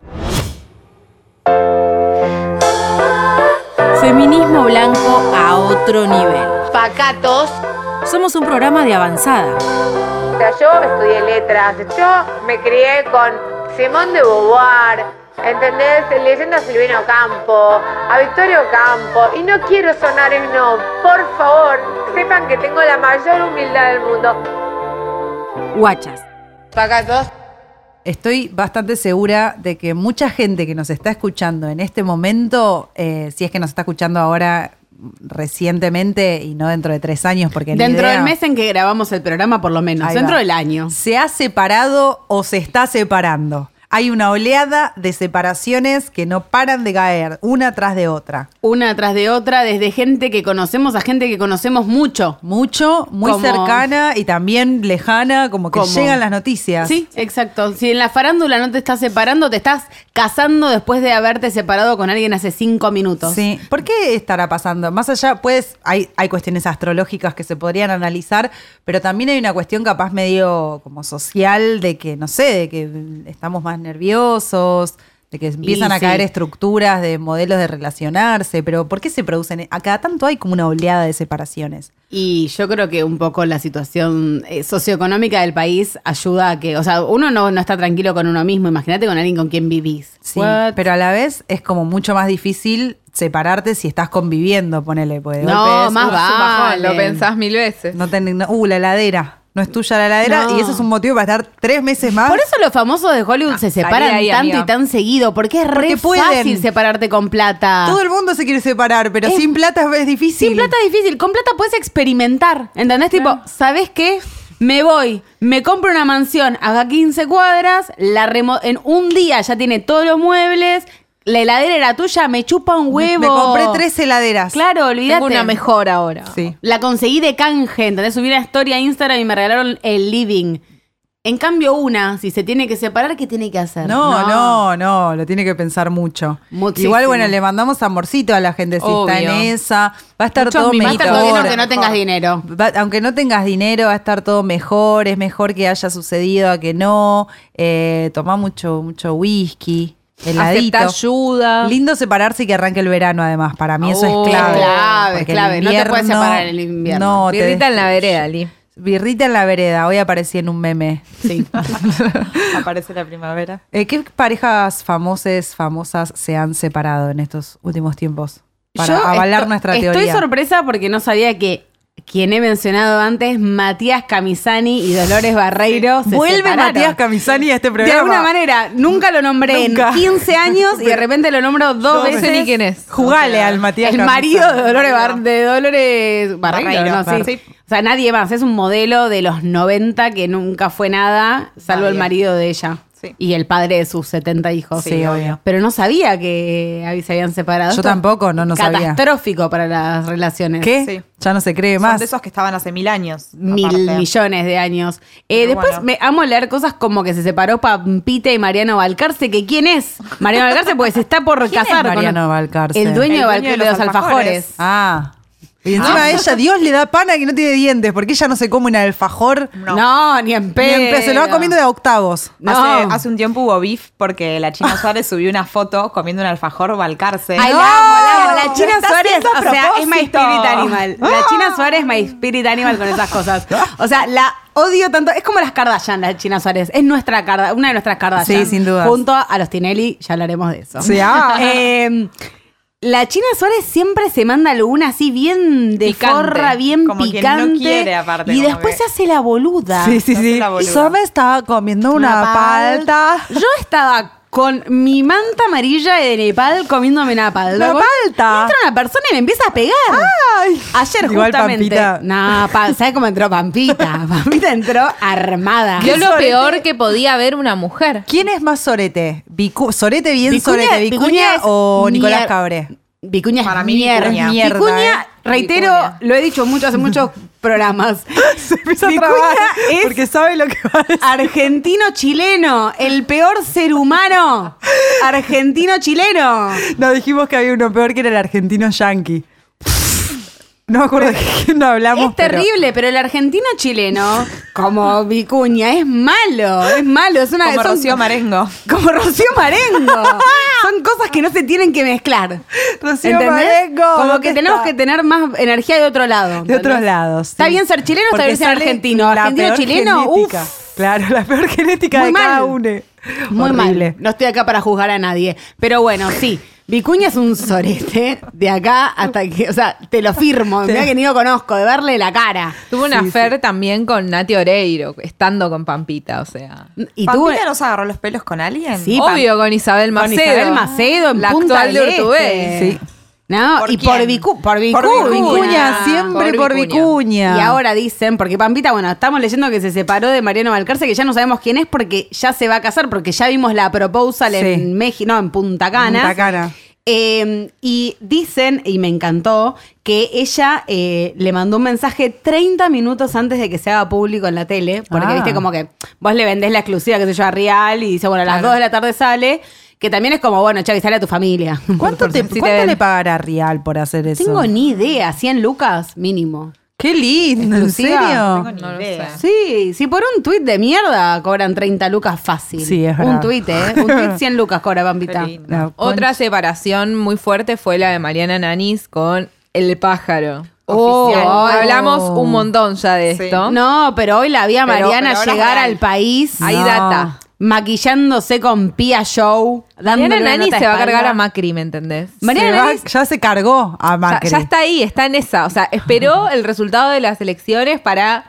Speaker 5: Feminismo blanco a otro nivel. Pacatos. Somos un programa de avanzada.
Speaker 6: O sea, yo estudié letras, yo me crié con Simón de Beauvoir, ¿entendés? Leyendo a Silvino Campo, a Victorio Campo, y no quiero sonar en no, por favor, sepan que tengo la mayor humildad del mundo.
Speaker 5: Guachas.
Speaker 1: Estoy bastante segura de que mucha gente que nos está escuchando en este momento, eh, si es que nos está escuchando ahora recientemente y no dentro de tres años, porque ni
Speaker 2: Dentro
Speaker 1: idea,
Speaker 2: del mes en que grabamos el programa, por lo menos.
Speaker 1: Ahí
Speaker 2: Dentro
Speaker 1: va.
Speaker 2: del año.
Speaker 1: ¿Se ha separado o se está separando? Hay una oleada de separaciones que no paran de caer, una tras de otra.
Speaker 2: Una tras de otra, desde gente que conocemos a gente que conocemos mucho.
Speaker 1: Mucho, muy
Speaker 2: Como-
Speaker 1: cercana y también lejana, como que
Speaker 2: Como-
Speaker 1: llegan las noticias.
Speaker 2: Sí, exacto. Si en la farándula no te estás separando, te estás casando después de haberte separado con alguien hace cinco minutos.
Speaker 1: Sí. ¿Por qué estará pasando? Más allá, pues, hay, hay cuestiones astrológicas que se podrían analizar, pero también hay una cuestión capaz medio como social de que, no sé, de que estamos más nerviosos, de que empiezan
Speaker 2: Y
Speaker 1: a caer
Speaker 2: sí.
Speaker 1: estructuras de modelos de relacionarse, pero ¿por qué se producen? A cada tanto hay como una oleada de separaciones.
Speaker 2: Y yo creo que un poco la situación eh, socioeconómica del país ayuda a que, o sea, uno no, no está tranquilo con uno mismo, imagínate con alguien con quien vivís.
Speaker 1: Sí, pero a la vez es como mucho más difícil separarte si estás conviviendo, ponele, porque de
Speaker 2: No,
Speaker 1: golpe es,
Speaker 2: más
Speaker 1: "Uh,
Speaker 3: Es un bajón,
Speaker 2: vale.
Speaker 3: Lo pensás mil veces.
Speaker 1: No ten- no- uh, la heladera. No es tuya la heladera.
Speaker 2: No.
Speaker 1: Y eso es un motivo para estar tres meses más.
Speaker 2: Por eso los famosos de Hollywood se separan
Speaker 3: estaría ahí,
Speaker 2: tanto
Speaker 3: amiga.
Speaker 2: y tan seguido, porque es
Speaker 1: Porque
Speaker 2: re
Speaker 1: pueden.
Speaker 2: fácil separarte con plata.
Speaker 1: Todo el mundo se quiere separar, pero
Speaker 2: Es-
Speaker 1: sin plata es difícil.
Speaker 2: Sin plata es difícil, con plata puedes experimentar, ¿entendés? Tipo, ¿sabés qué? Me voy, me compro una mansión acá 15 cuadras, la remo- en un día ya tiene todos los muebles, la heladera era tuya, me chupa un
Speaker 1: Me-
Speaker 2: huevo.
Speaker 1: Me, compré tres heladeras.
Speaker 2: Claro, olvídate.
Speaker 3: Tengo una mejor ahora.
Speaker 1: Sí.
Speaker 2: La conseguí de canje, ¿entendés? Subí una historia a Instagram y me regalaron el living. En cambio, una, si se tiene que separar, ¿qué tiene que hacer?
Speaker 1: No, no, no, lo tiene que pensar mucho.
Speaker 2: Muchísimo.
Speaker 1: Igual, bueno, le mandamos amorcito a la gente si está
Speaker 3: Obvio.
Speaker 1: en esa. Va a estar
Speaker 3: Muchos
Speaker 1: todo
Speaker 3: mimitos.
Speaker 2: Basta
Speaker 1: mejor.
Speaker 2: con que no, que no
Speaker 3: mejor.
Speaker 2: tengas dinero.
Speaker 1: Va- aunque no tengas dinero, va a estar todo mejor. Es mejor que haya sucedido a que no. Eh, toma mucho, mucho whisky. Heladito.
Speaker 3: Acepta
Speaker 2: Ah.
Speaker 3: ayuda.
Speaker 1: Lindo separarse y que arranque el verano, además. Para mí eso
Speaker 3: Oh,
Speaker 1: es clave.
Speaker 2: es clave,
Speaker 1: porque el
Speaker 2: clave. No te puedes separar en el invierno.
Speaker 1: No, te
Speaker 3: Birrita en la
Speaker 1: des-
Speaker 3: vereda, Li.
Speaker 1: Birrita en la vereda. Hoy aparecí en un meme.
Speaker 2: Sí.
Speaker 4: Aparece la primavera.
Speaker 1: Eh, ¿Qué parejas famosas, famosas se han separado en estos últimos tiempos? Para
Speaker 2: Yo
Speaker 1: avalar
Speaker 2: esto-
Speaker 1: nuestra
Speaker 2: estoy
Speaker 1: teoría.
Speaker 2: sorpresa porque no sabía que quien he mencionado antes, Matías Camisani y Dolores Barreiro, se
Speaker 1: Vuelve
Speaker 2: separaron.
Speaker 1: Matías Camisani a este programa.
Speaker 2: De alguna manera, nunca lo nombré
Speaker 1: Nunca.
Speaker 2: en 15 años y de repente lo nombro dos
Speaker 3: No
Speaker 2: veces.
Speaker 3: sé ni quién es.
Speaker 1: Jugale al Matías
Speaker 2: El
Speaker 1: Camisani.
Speaker 2: marido de Dolores, Bar- de Dolores Barreiro,
Speaker 4: Barreiro,
Speaker 2: ¿no? Sí.
Speaker 4: Barreiro. Sí.
Speaker 2: O sea, nadie más. Es un modelo de los 90 que nunca fue nada, salvo el marido de ella.
Speaker 4: Sí.
Speaker 2: Y el padre de sus 70 hijos.
Speaker 1: Sí, obvio.
Speaker 2: Pero no sabía que hab- se habían separado.
Speaker 1: Yo
Speaker 2: Esto
Speaker 1: tampoco, no, no
Speaker 2: es
Speaker 1: sabía.
Speaker 2: Catastrófico para las relaciones.
Speaker 1: ¿Qué?
Speaker 4: Sí.
Speaker 1: Ya no se cree
Speaker 4: Son
Speaker 1: más.
Speaker 4: de esos que estaban hace mil años.
Speaker 2: Mil
Speaker 4: aparte.
Speaker 2: millones de años. Eh,
Speaker 4: Pero
Speaker 2: después
Speaker 4: bueno.
Speaker 2: me amo leer cosas como que se separó Pampita y Mariano Valcarce, que ¿quién es? Mariano Valcarce, pues se está por
Speaker 1: ¿Quién es
Speaker 2: casar. con-
Speaker 1: Mariano Valcarce?
Speaker 2: El dueño,
Speaker 4: El
Speaker 2: de,
Speaker 4: dueño
Speaker 2: Valcarce-
Speaker 4: de
Speaker 2: de
Speaker 4: los
Speaker 2: los alfajores.
Speaker 4: alfajores.
Speaker 1: Ah. Y encima a ella, Dios le da pana que no tiene dientes, porque ella no se come un alfajor.
Speaker 2: No. ni en
Speaker 1: Ni
Speaker 2: pedo.
Speaker 1: en pedo, se lo va comiendo de a octavos.
Speaker 2: No.
Speaker 4: Hace, hace un tiempo hubo beef porque la China Suárez subió una foto comiendo un alfajor balcarce.
Speaker 2: Ay,
Speaker 4: No,
Speaker 2: la amo, la amo. La
Speaker 4: lo
Speaker 2: China
Speaker 4: está
Speaker 2: Suárez,
Speaker 4: haciendo
Speaker 2: o
Speaker 4: a
Speaker 2: sea, es my
Speaker 4: propósito.
Speaker 2: spirit animal. La China Suárez es my spirit animal con esas cosas. O sea, la odio tanto. Es como las Kardashian, la China Suárez. Es nuestra Karda- una de nuestras Kardashian.
Speaker 1: Sí, sin duda.
Speaker 2: Junto a los Tinelli, ya hablaremos de eso.
Speaker 1: Sí, ah.
Speaker 2: Eh, la China Suárez siempre se manda alguna así bien de
Speaker 4: Picante,
Speaker 2: forra, bien
Speaker 4: como quien no
Speaker 2: picante.
Speaker 4: quiere, aparte,
Speaker 2: y
Speaker 4: como
Speaker 2: después
Speaker 4: que-
Speaker 2: se hace la boluda.
Speaker 1: Sí, sí,
Speaker 4: No
Speaker 1: sí.
Speaker 4: se la boluda.
Speaker 1: Yo me estaba comiendo una, palta.
Speaker 2: Yo estaba con mi manta amarilla de Nepal comiéndome una palta.
Speaker 1: Una
Speaker 2: Con-
Speaker 1: palta.
Speaker 2: me Entra una persona y me empieza a pegar.
Speaker 1: Ay.
Speaker 2: Ayer
Speaker 1: Igual
Speaker 2: justamente.
Speaker 1: Pampita.
Speaker 2: No, pa- ¿sabes cómo entró Pampita? Pampita entró armada.
Speaker 3: Yo lo peor que podía ver una mujer.
Speaker 1: ¿Quién es más sorete? Vicu- ¿Sorete bien
Speaker 2: Vicuña-
Speaker 1: sorete? ¿Vicuña,
Speaker 2: Vicuña es
Speaker 1: o Nicolás
Speaker 2: mier-
Speaker 1: Cabré?
Speaker 2: Vicuña es
Speaker 4: Para mí,
Speaker 2: mierda.
Speaker 1: Vicuña es mierda,
Speaker 2: Vicuña
Speaker 1: eh.
Speaker 2: reitero,
Speaker 3: Vicuña.
Speaker 2: lo he dicho mucho hace muchos programas.
Speaker 1: Se empieza a
Speaker 2: Vicuña
Speaker 1: trabar
Speaker 2: es-
Speaker 1: porque sabe lo que va a decir.
Speaker 2: Argentino-chileno, el peor ser humano. Argentino-chileno.
Speaker 1: Nos dijimos que había uno peor que era el argentino yankee. No me acuerdo de quién hablamos.
Speaker 2: Es terrible, pero, el argentino-chileno, como Vicuña, es malo, es malo. Es una,
Speaker 4: Como
Speaker 2: son-
Speaker 4: Rocío Marengo.
Speaker 2: Como Rocío Marengo. Son cosas que no se tienen que mezclar.
Speaker 1: Pero, Rocío
Speaker 2: ¿Entendés?
Speaker 1: Marengo,
Speaker 2: Como
Speaker 1: ¿dónde
Speaker 2: que tenemos
Speaker 1: está?
Speaker 2: que tener más energía de otro lado.
Speaker 1: De
Speaker 2: ¿entendés?
Speaker 1: otros lados.
Speaker 2: Está
Speaker 1: sí.
Speaker 2: bien ser chileno, está
Speaker 1: Porque
Speaker 2: bien ser
Speaker 1: sale
Speaker 2: argentino.
Speaker 1: la
Speaker 2: Argentino,
Speaker 1: peor
Speaker 2: chileno,
Speaker 1: genética.
Speaker 2: uff.
Speaker 1: Claro, la peor genética
Speaker 2: Muy
Speaker 1: de cada
Speaker 2: mal.
Speaker 1: uno.
Speaker 2: Muy
Speaker 1: Horrible.
Speaker 2: mal. No estoy acá para juzgar a nadie. Pero bueno, sí. Vicuña es un sorete de acá hasta que, o sea, te lo firmo, mirá que ni lo conozco, de verle la cara.
Speaker 3: Tuvo una
Speaker 1: Sí,
Speaker 3: fer también con Nati Oreiro, estando con Pampita, o sea.
Speaker 2: Y tú,
Speaker 4: ¿Pampita nos agarró los pelos con alguien?
Speaker 2: Sí, Pam-
Speaker 3: Obvio, con Isabel Macedo.
Speaker 2: con Isabel Macedo en
Speaker 3: la
Speaker 2: Punta
Speaker 3: actual de
Speaker 2: del Este.
Speaker 3: Urtubey.
Speaker 2: No,
Speaker 4: ¿Por
Speaker 2: y
Speaker 4: quién?
Speaker 2: por, Vicu- por Vicuña.
Speaker 1: Por Vicuña, siempre por
Speaker 3: Por
Speaker 1: Vicuña.
Speaker 3: Vicuña.
Speaker 2: Y ahora dicen, porque Pampita, bueno, estamos leyendo que se separó de Mariano Valcarce, que ya no sabemos quién es porque ya se va a casar, porque ya vimos la proposal
Speaker 1: Sí.
Speaker 2: en México, no, en Punta Cana.
Speaker 1: Punta Cana.
Speaker 2: Eh, y dicen, y me encantó, que ella eh, le mandó un mensaje 30 minutos antes de que se haga público en la tele, porque
Speaker 1: Ah.
Speaker 2: viste como que vos le vendés la exclusiva, que sé yo, a Real, y dice, bueno, a las 2 de la tarde sale, que también es como, bueno, chavis, sale a tu familia.
Speaker 1: ¿Cuánto, te,
Speaker 3: si te
Speaker 1: cuánto
Speaker 3: ven.
Speaker 1: le pagará Real por hacer eso?
Speaker 2: Tengo ni idea, 100 lucas mínimo.
Speaker 1: Qué lindo, ¿en
Speaker 2: Exclusiva.
Speaker 1: serio?
Speaker 4: Ni
Speaker 3: No lo
Speaker 4: idea.
Speaker 3: sé.
Speaker 2: Sí, sí, por un tuit de mierda cobran 30 lucas fácil.
Speaker 1: Sí, es verdad.
Speaker 2: Un tuit, ¿eh? Un tuit 100 lucas cobra Bambita.
Speaker 4: Qué lindo.
Speaker 1: La
Speaker 3: Otra separación muy fuerte fue la de Mariana Nanis con El Pájaro.
Speaker 2: Oficial.
Speaker 3: Oh, hablamos un montón ya de
Speaker 4: Sí.
Speaker 3: esto.
Speaker 2: No, pero hoy la vi a
Speaker 3: Pero-
Speaker 2: Mariana
Speaker 4: pero ahora
Speaker 2: llegar
Speaker 4: es real.
Speaker 2: al país.
Speaker 3: Hay
Speaker 2: No.
Speaker 3: data.
Speaker 2: Maquillándose con Pia Show. dándole
Speaker 3: Mariana
Speaker 2: una
Speaker 3: Nanis
Speaker 2: nota
Speaker 3: se
Speaker 2: de
Speaker 3: va a cargar
Speaker 2: espalda.
Speaker 3: a Macri, ¿me entendés?
Speaker 1: Mariana
Speaker 2: Mariana
Speaker 1: se va-
Speaker 2: Nanis-
Speaker 1: ya se cargó a
Speaker 3: O sea,
Speaker 1: Macri.
Speaker 3: ya está ahí, está en esa. O sea, esperó el resultado de las elecciones para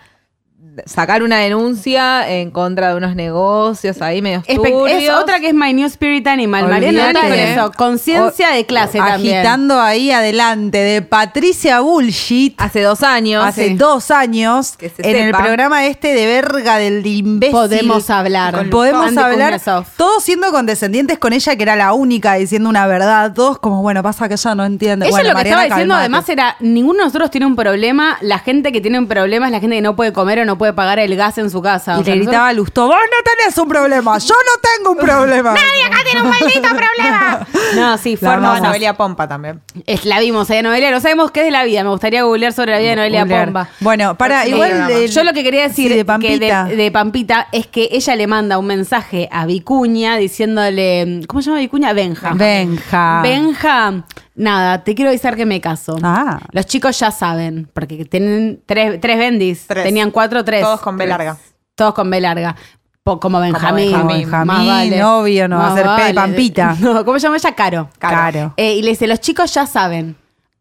Speaker 3: sacar una denuncia en contra de unos negocios ahí medio
Speaker 2: Espe- Es
Speaker 3: turbios.
Speaker 2: otra que es My New Spirit Animal. Mariana Nanis
Speaker 3: Olvídate.
Speaker 2: con eso. Conciencia de clase también.
Speaker 1: Agitando ahí adelante de Patricia Bullshit.
Speaker 3: Hace dos años.
Speaker 1: hace
Speaker 3: Sí.
Speaker 1: dos años
Speaker 3: Que se
Speaker 1: en el
Speaker 3: sepa.
Speaker 1: programa este de verga del imbécil.
Speaker 2: Podemos hablar. Con
Speaker 1: Podemos
Speaker 2: Andy
Speaker 1: hablar.
Speaker 2: Kuznetsov.
Speaker 1: Todos siendo condescendientes con ella, que era la única diciendo una verdad. Todos como, bueno, pasa que ella no entiende.
Speaker 2: Ella
Speaker 1: Bueno,
Speaker 2: lo que
Speaker 1: Mariana,
Speaker 2: estaba diciendo
Speaker 1: calmate.
Speaker 2: además era, ninguno de nosotros tiene un problema, la gente que tiene un problema es la gente que no puede comer o no puede pagar el gas en su casa.
Speaker 1: Y
Speaker 2: O sea,
Speaker 1: le gritaba a Lustó, vos no tenés un problema, yo no tengo un problema.
Speaker 2: nosotros- No, sí, fue
Speaker 1: La
Speaker 4: Formó a
Speaker 2: hermosa.
Speaker 4: Noelia Pompa también.
Speaker 2: Es, la vimos ahí a Noelia, no sabemos qué es de la vida, me gustaría googlear sobre la vida de Noelia
Speaker 1: Googlear.
Speaker 2: Pomba.
Speaker 1: Bueno, para,
Speaker 2: Sí.
Speaker 1: igual...
Speaker 2: Eh,
Speaker 1: del-
Speaker 2: yo lo que quería decir
Speaker 1: sí, de
Speaker 2: que
Speaker 1: Pampita.
Speaker 2: de, de Pampita es que ella le manda un mensaje a Vicuña diciéndole, ¿cómo se llama Vicuña? Benja.
Speaker 1: Benja.
Speaker 2: Benja, nada, te quiero avisar que me caso.
Speaker 1: Ah.
Speaker 2: Los chicos ya saben, porque tienen tres, tres bendis.
Speaker 4: Tres.
Speaker 2: Tenían cuatro, tres.
Speaker 4: Todos con B
Speaker 2: Tres.
Speaker 4: larga.
Speaker 2: Todos con B larga. Po- como Benjamín.
Speaker 1: Como
Speaker 2: Más
Speaker 1: Benjamín, obvio, no va a
Speaker 2: Más
Speaker 1: ser P de Pampita.
Speaker 2: No, ¿cómo se llama ella? Caro.
Speaker 1: Caro.
Speaker 2: Eh, y le dice, los chicos ya saben.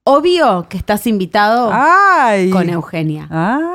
Speaker 2: Obvio que estás invitado
Speaker 1: Ay.
Speaker 2: con Eugenia.
Speaker 1: Ah.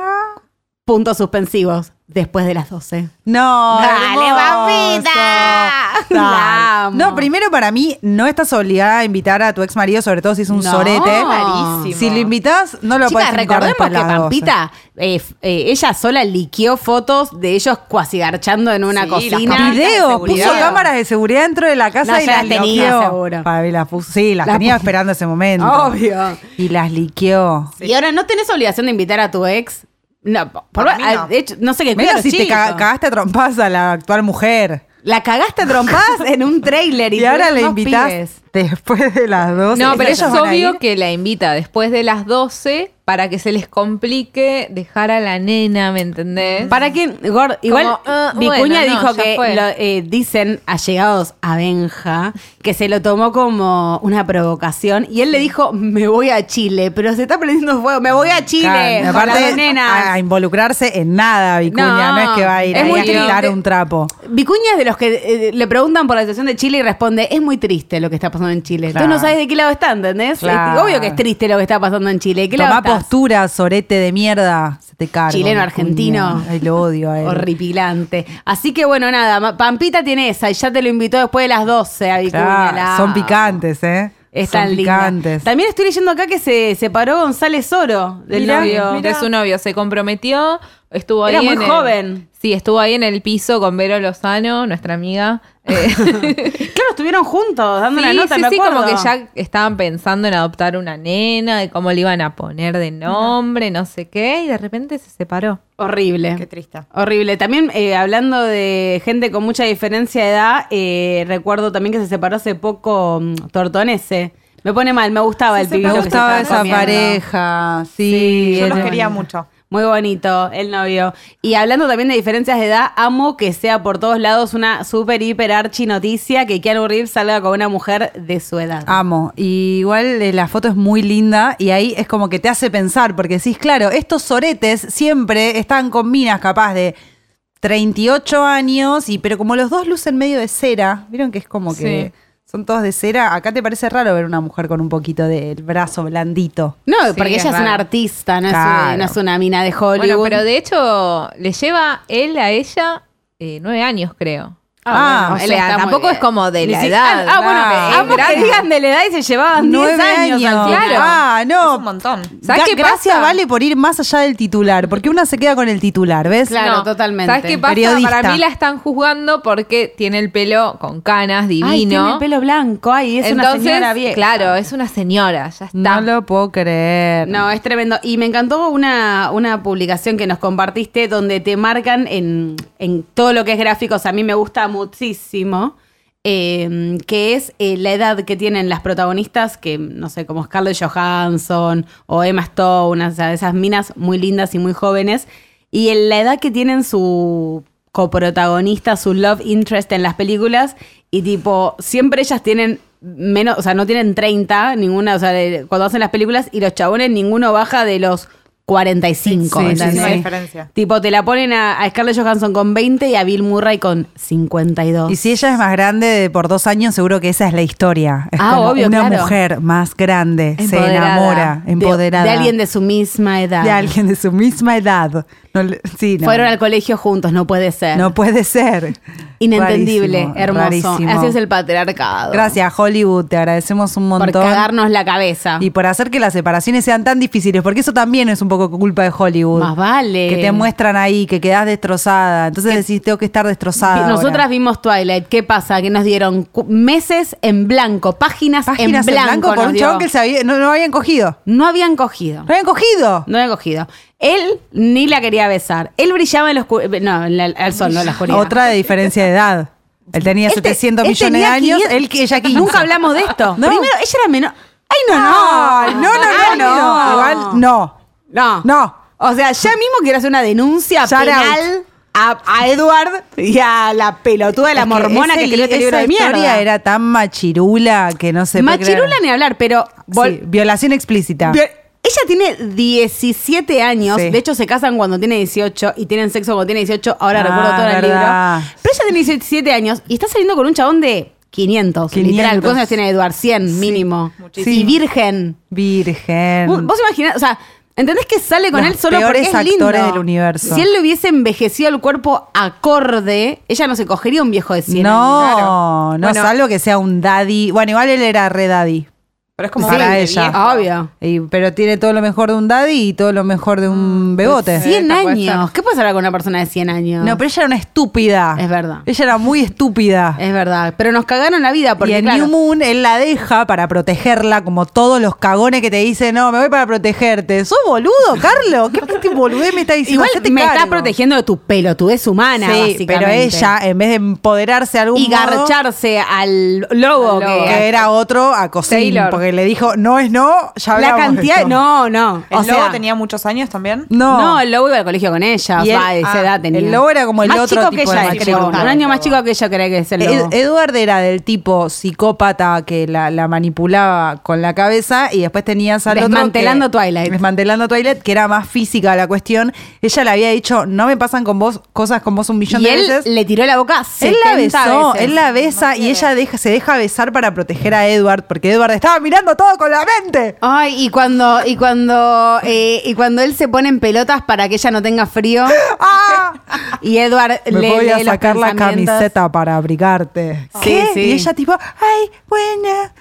Speaker 2: Puntos suspensivos. Después de las 12.
Speaker 1: No.
Speaker 2: Dale,
Speaker 1: hermoso.
Speaker 2: papita.
Speaker 1: Dale.
Speaker 2: La amo.
Speaker 1: No, primero para mí, no estás obligada a invitar a tu ex marido, sobre todo si es un
Speaker 2: No.
Speaker 1: sorete.
Speaker 4: Rarísimo.
Speaker 1: Si lo invitas, no lo puedes
Speaker 2: Chicas,
Speaker 1: invitar
Speaker 2: recordemos que
Speaker 1: después de las 12.
Speaker 2: Pampita, eh, f- eh, ella sola liqueó fotos de ellos cuasi garchando en una
Speaker 4: Sí, las
Speaker 2: cocina.
Speaker 4: cámaras. Cámaras de
Speaker 1: Video, puso
Speaker 4: seguridad.
Speaker 1: cámaras de seguridad dentro de la casa
Speaker 2: No,
Speaker 1: y
Speaker 2: ya
Speaker 1: las
Speaker 2: las tenía,
Speaker 1: liqueó.
Speaker 2: seguro.
Speaker 1: Para mí las puso- sí, las
Speaker 2: Las
Speaker 1: tenía
Speaker 2: puso.
Speaker 1: esperando ese momento.
Speaker 2: Obvio.
Speaker 1: Y las liqueó.
Speaker 2: Y ahora no tenés obligación de invitar a tu ex. No, por,
Speaker 4: Para mí no.
Speaker 2: de hecho, no sé qué cuida
Speaker 1: Menos si
Speaker 2: los
Speaker 1: te
Speaker 2: chicos.
Speaker 1: ca- cagaste a trompadas a la actual mujer.
Speaker 2: La cagaste a trompadas en un trailer y,
Speaker 1: Y ahora
Speaker 2: tuvieron
Speaker 1: la
Speaker 2: dos
Speaker 1: invitas
Speaker 2: pibes.
Speaker 1: después de las 12.
Speaker 3: No, pero es
Speaker 1: Ellos van a ir.
Speaker 3: obvio que la invita después de las 12 para que se les complique dejar a la nena, ¿me entendés?
Speaker 2: ¿Para quién? Gord, igual
Speaker 3: ah,
Speaker 2: Vicuña
Speaker 3: bueno, no,
Speaker 2: dijo
Speaker 3: ya
Speaker 2: que
Speaker 3: fue.
Speaker 2: lo- eh, dicen allegados a Benja que se lo tomó como una provocación y él le dijo me voy a Chile, pero se está prendiendo fuego, me voy a Chile.
Speaker 1: Claro,
Speaker 2: con las dos
Speaker 1: aparte,
Speaker 2: nenas".
Speaker 1: a, a involucrarse en nada, Vicuña. No,
Speaker 3: No,
Speaker 1: es que va a ir
Speaker 3: es
Speaker 1: ahí
Speaker 3: muy
Speaker 1: a gritar
Speaker 3: triste.
Speaker 1: un trapo.
Speaker 2: Vicuña es de los que eh, le preguntan por la situación de Chile y responde, es muy triste lo que está pasando en Chile.
Speaker 1: Claro.
Speaker 2: Entonces no sabes de qué lado está, ¿entendés?
Speaker 1: Claro.
Speaker 2: Obvio que es triste lo que está pasando en Chile. ¿De qué lado
Speaker 1: Tomá
Speaker 2: estás?
Speaker 1: postura, sorete de mierda. Se te carga.
Speaker 2: Chileno, argentino.
Speaker 1: Ay, lo odio a él.
Speaker 2: Horripilante. Así que bueno, nada, Ma- Pampita tiene esa y ya te lo invitó después de las 12 a Vicuña.
Speaker 1: Claro,
Speaker 2: la
Speaker 1: son
Speaker 2: amo.
Speaker 1: picantes, ¿eh?
Speaker 2: Es
Speaker 1: son
Speaker 2: tan linda.
Speaker 1: picantes.
Speaker 2: También estoy leyendo acá que se separó González Oro del
Speaker 3: Mirá,
Speaker 2: novio.
Speaker 3: de su novio se comprometió, Estuvo
Speaker 2: Era
Speaker 3: ahí
Speaker 2: muy
Speaker 3: en el-
Speaker 2: joven.
Speaker 3: sí, estuvo ahí en el piso con Vero Lozano, nuestra amiga. Eh,
Speaker 2: Claro, estuvieron juntos dando la
Speaker 3: sí,
Speaker 2: nota,
Speaker 3: sí,
Speaker 2: me
Speaker 3: sí,
Speaker 2: acuerdo.
Speaker 3: como que ya estaban pensando en adoptar una nena, de cómo le iban a poner de nombre, no sé qué, y de repente se separó.
Speaker 2: Horrible.
Speaker 4: Qué triste.
Speaker 2: Horrible. También eh, hablando de gente con mucha diferencia de edad, eh, recuerdo también que se separó hace poco mm, Tortonese. Me pone mal, me gustaba el pibito.
Speaker 1: Me
Speaker 2: que se
Speaker 1: gustaba
Speaker 2: estaba
Speaker 1: esa
Speaker 2: comiendo.
Speaker 1: pareja,
Speaker 2: Sí,
Speaker 1: sí.
Speaker 4: Yo los
Speaker 1: era-
Speaker 4: quería mucho.
Speaker 2: Muy bonito el novio. Y hablando también de diferencias de edad, amo que sea por todos lados una super, hiper archi noticia que Keanu Reeves salga con una mujer de su edad.
Speaker 3: Ah,
Speaker 1: Amo. Y igual eh, la foto es muy linda y ahí es como que te hace pensar, porque decís, claro, estos soretes siempre están con minas capaz de 38 años, y pero como los dos lucen medio de cera, vieron que es como que son todos de cera, acá te parece raro ver una mujer con un poquito del brazo blandito.
Speaker 2: No,
Speaker 3: Sí,
Speaker 2: porque
Speaker 3: es
Speaker 2: ella es una
Speaker 3: raro.
Speaker 2: artista, no, es-
Speaker 1: Claro.
Speaker 2: no es, una mina de Hollywood.
Speaker 3: Bueno, pero de hecho, le lleva él a ella eh, nueve años, creo.
Speaker 1: Ah,
Speaker 2: bueno,
Speaker 3: o
Speaker 2: él
Speaker 3: sea,
Speaker 2: está muy
Speaker 3: tampoco
Speaker 2: bien.
Speaker 3: es como de
Speaker 2: Ni
Speaker 3: la
Speaker 2: si-
Speaker 3: edad,
Speaker 2: Ah, ah, bueno,
Speaker 1: nada.
Speaker 2: que-
Speaker 1: Es
Speaker 2: ambos que
Speaker 3: grande.
Speaker 2: digan de la edad y se llevaban 10
Speaker 1: Nueve
Speaker 2: años. al final.
Speaker 3: claro.
Speaker 1: Ah,
Speaker 4: Es
Speaker 1: no.
Speaker 4: un montón.
Speaker 3: ¿Sabes
Speaker 1: Ga-
Speaker 3: qué
Speaker 1: Gracias,
Speaker 3: pasa?
Speaker 1: vale, por ir más allá del titular, porque una se queda con el titular, ¿ves?
Speaker 2: Claro. totalmente.
Speaker 3: ¿Sabes qué pasa?
Speaker 1: Periodista.
Speaker 3: Para mí la están juzgando porque tiene el pelo con canas, divino.
Speaker 2: Ay, tiene el pelo blanco, ay, es
Speaker 3: Entonces,
Speaker 2: una señora vieja.
Speaker 3: Claro, es una señora, ya está.
Speaker 1: No lo puedo creer.
Speaker 2: No, es tremendo. Y me encantó una, una publicación que nos compartiste donde te marcan en, en todo lo que es gráficos. A mí me gusta muchísimo. eh, que es eh, la edad que tienen las protagonistas, que no sé, como Scarlett Johansson o Emma Stone, o sea, esas minas muy lindas y muy jóvenes, y en la edad que tienen su coprotagonista, su love interest en las películas, y tipo, siempre ellas tienen menos, o sea, no tienen 30, ninguna, o sea, de- cuando hacen las películas, y los chabones ninguno baja de los 45.
Speaker 1: Sí, sí,
Speaker 2: ¿entendés?
Speaker 4: Muchísima
Speaker 1: sí.
Speaker 4: diferencia.
Speaker 2: Tipo, te la ponen a, a Scarlett Johansson con 20 y a Bill Murray con 52.
Speaker 1: Y si ella es más grande de por dos años, seguro que esa es la historia. Es
Speaker 2: Ah,
Speaker 1: como
Speaker 2: obvio,
Speaker 1: una
Speaker 2: claro.
Speaker 1: mujer más grande se
Speaker 3: Empoderada.
Speaker 1: enamora,
Speaker 2: De-
Speaker 1: empoderada.
Speaker 2: De, alguien de su misma edad.
Speaker 1: De alguien de su misma edad. No le- sí, no.
Speaker 2: Fueron al colegio juntos, no puede ser.
Speaker 1: No puede ser.
Speaker 2: Inentendible,
Speaker 1: Rarísimo,
Speaker 2: hermoso.
Speaker 1: rarísimo.
Speaker 2: Así es el patriarcado.
Speaker 1: Gracias, Hollywood. Te agradecemos un
Speaker 2: Por
Speaker 1: montón.
Speaker 2: cagarnos la cabeza.
Speaker 1: y por hacer que las separaciones sean tan difíciles, porque eso también es un poco culpa de Hollywood.
Speaker 2: Más vale.
Speaker 1: Que te muestran ahí, que quedás destrozada. Entonces decís, tengo que estar destrozada. ahora".
Speaker 2: Nosotras vimos Twilight. ¿Qué pasa? Que nos dieron cu- meses en blanco, páginas,
Speaker 1: páginas en blanco, por
Speaker 2: nos
Speaker 1: un
Speaker 2: dio.
Speaker 1: chabón que se había- no, no habían cogido.
Speaker 2: No habían cogido.
Speaker 1: ¡No habían cogido!
Speaker 2: No habían cogido. Él ni la quería besar. Él brillaba en los No, en la- al sol, no en la oscuridad.
Speaker 1: Otra de diferencia de edad. Él tenía
Speaker 2: Este-
Speaker 1: 700
Speaker 2: él
Speaker 1: millones de
Speaker 2: tenía
Speaker 1: años,
Speaker 2: 500.
Speaker 1: él que ella 15.
Speaker 2: Nunca hablamos de esto.
Speaker 1: No.
Speaker 2: Primero, ella era menor. ¡Ay, no, no!
Speaker 1: Ay, no, no, no,
Speaker 2: Ay,
Speaker 1: no. Igual, no.
Speaker 2: No.
Speaker 1: No.
Speaker 2: O sea, ya mismo quiero hacer una denuncia
Speaker 1: Shout
Speaker 2: penal a, a Edward y a la pelotuda de la
Speaker 1: Es que
Speaker 2: mormona
Speaker 1: ese
Speaker 2: que, escribió este
Speaker 1: li-
Speaker 2: libro
Speaker 1: esa
Speaker 2: de
Speaker 1: historia
Speaker 2: mierda.
Speaker 1: era tan machirula que no se puede creer.
Speaker 2: Machirula ni hablar, pero...
Speaker 1: Sí, violación explícita.
Speaker 2: Bien. Ella tiene 17 años,
Speaker 1: Sí.
Speaker 2: de hecho se casan cuando tiene 18 y tienen sexo cuando tiene 18, ahora
Speaker 1: Ah,
Speaker 2: recuerdo todo en el
Speaker 1: verdad.
Speaker 2: libro. Pero ella tiene 17 años y está saliendo con un chabón de 500,
Speaker 1: 500.
Speaker 2: literal. ¿Cuántos años tiene Eduard? 100 mínimo.
Speaker 1: muchísimo.
Speaker 2: Y virgen.
Speaker 1: Virgen.
Speaker 2: Vos vos imaginás, o sea, ¿entendés que sale con
Speaker 1: Los
Speaker 2: él solo porque
Speaker 1: peores
Speaker 2: es lindo?
Speaker 1: actores del universo.
Speaker 2: Si él le hubiese envejecido el cuerpo acorde, ella no se cogería un viejo de 100
Speaker 1: no,
Speaker 2: años.
Speaker 1: no,
Speaker 4: Bueno.
Speaker 1: salvo que sea un daddy. Bueno, igual él era re daddy.
Speaker 4: Pero es como
Speaker 1: Sí,
Speaker 4: para
Speaker 1: ella.
Speaker 4: ella.
Speaker 2: Obvio.
Speaker 1: Y- pero tiene todo lo mejor de un daddy y todo lo mejor de
Speaker 2: Ah.
Speaker 1: un bebote.
Speaker 2: 100
Speaker 4: Esta puede ser.
Speaker 2: años. ¿Qué pasará con una persona de 100 años?
Speaker 1: No, pero ella era una estúpida.
Speaker 2: Es verdad.
Speaker 1: Ella era muy estúpida.
Speaker 2: Es verdad, pero nos cagaron la vida porque
Speaker 1: y en
Speaker 2: claro,
Speaker 1: New Moon él la deja para protegerla, como todos los cagones que te dicen, no, me voy para protegerte. ¿Sos boludo, Carlos? ¿Qué, qué te boludez me está diciendo?
Speaker 2: igual
Speaker 1: Hacete
Speaker 2: me está
Speaker 1: cargo.
Speaker 2: protegiendo de tu pelo, tu es humana,
Speaker 1: Sí,
Speaker 2: básicamente.
Speaker 1: pero ella, en vez de empoderarse de algún
Speaker 2: y
Speaker 1: modo,
Speaker 2: garcharse al lobo,
Speaker 3: Al lobo.
Speaker 1: que
Speaker 2: que,
Speaker 1: era otro a cocina
Speaker 3: Taylor.
Speaker 1: porque le dijo, no es no, ya
Speaker 2: la
Speaker 1: hablamos de
Speaker 2: cantidad,
Speaker 1: esto".
Speaker 2: no, no,
Speaker 4: El
Speaker 2: o
Speaker 4: lobo
Speaker 2: sea, Mm.
Speaker 4: tenía muchos años también.
Speaker 1: No,
Speaker 2: no. el lobo iba al colegio con ella, o
Speaker 1: Y él-
Speaker 2: sea, de esa
Speaker 1: ah,
Speaker 2: edad tenía.
Speaker 1: el lobo era como el
Speaker 2: más
Speaker 1: otro
Speaker 2: chico
Speaker 1: tipo
Speaker 2: que
Speaker 1: de
Speaker 2: ella,
Speaker 1: macho. Eh,
Speaker 2: creo, un
Speaker 1: Claro,
Speaker 2: año más chico que ella cree que es el
Speaker 1: Ed-
Speaker 2: lobo.
Speaker 1: Edward era del tipo psicópata que la, la manipulaba con la cabeza y después tenías al otro que-
Speaker 2: Desmantelando Twilight.
Speaker 1: Desmantelando Twilight, que era más física la cuestión. Ella le había dicho, no me pasan con vos cosas con vos un millón
Speaker 2: y
Speaker 1: de
Speaker 2: él
Speaker 1: veces.
Speaker 2: le tiró la boca
Speaker 1: Él
Speaker 2: 70
Speaker 1: la besó,
Speaker 2: veces.
Speaker 1: él la besa y ella deja, se deja besar para proteger a Edward, porque Edward estaba mirando todo con la mente.
Speaker 2: Ay, y cuando, y cuando, eh, y cuando él se pone en pelotas para que ella no tenga frío.
Speaker 1: ¡Ah!
Speaker 2: Y Edward
Speaker 1: Me
Speaker 2: le
Speaker 1: voy a
Speaker 2: lee los
Speaker 1: sacar la
Speaker 2: pensamientos.
Speaker 1: camiseta para abrigarte.
Speaker 2: Sí, sí.
Speaker 1: Y ella tipo, ay, buena.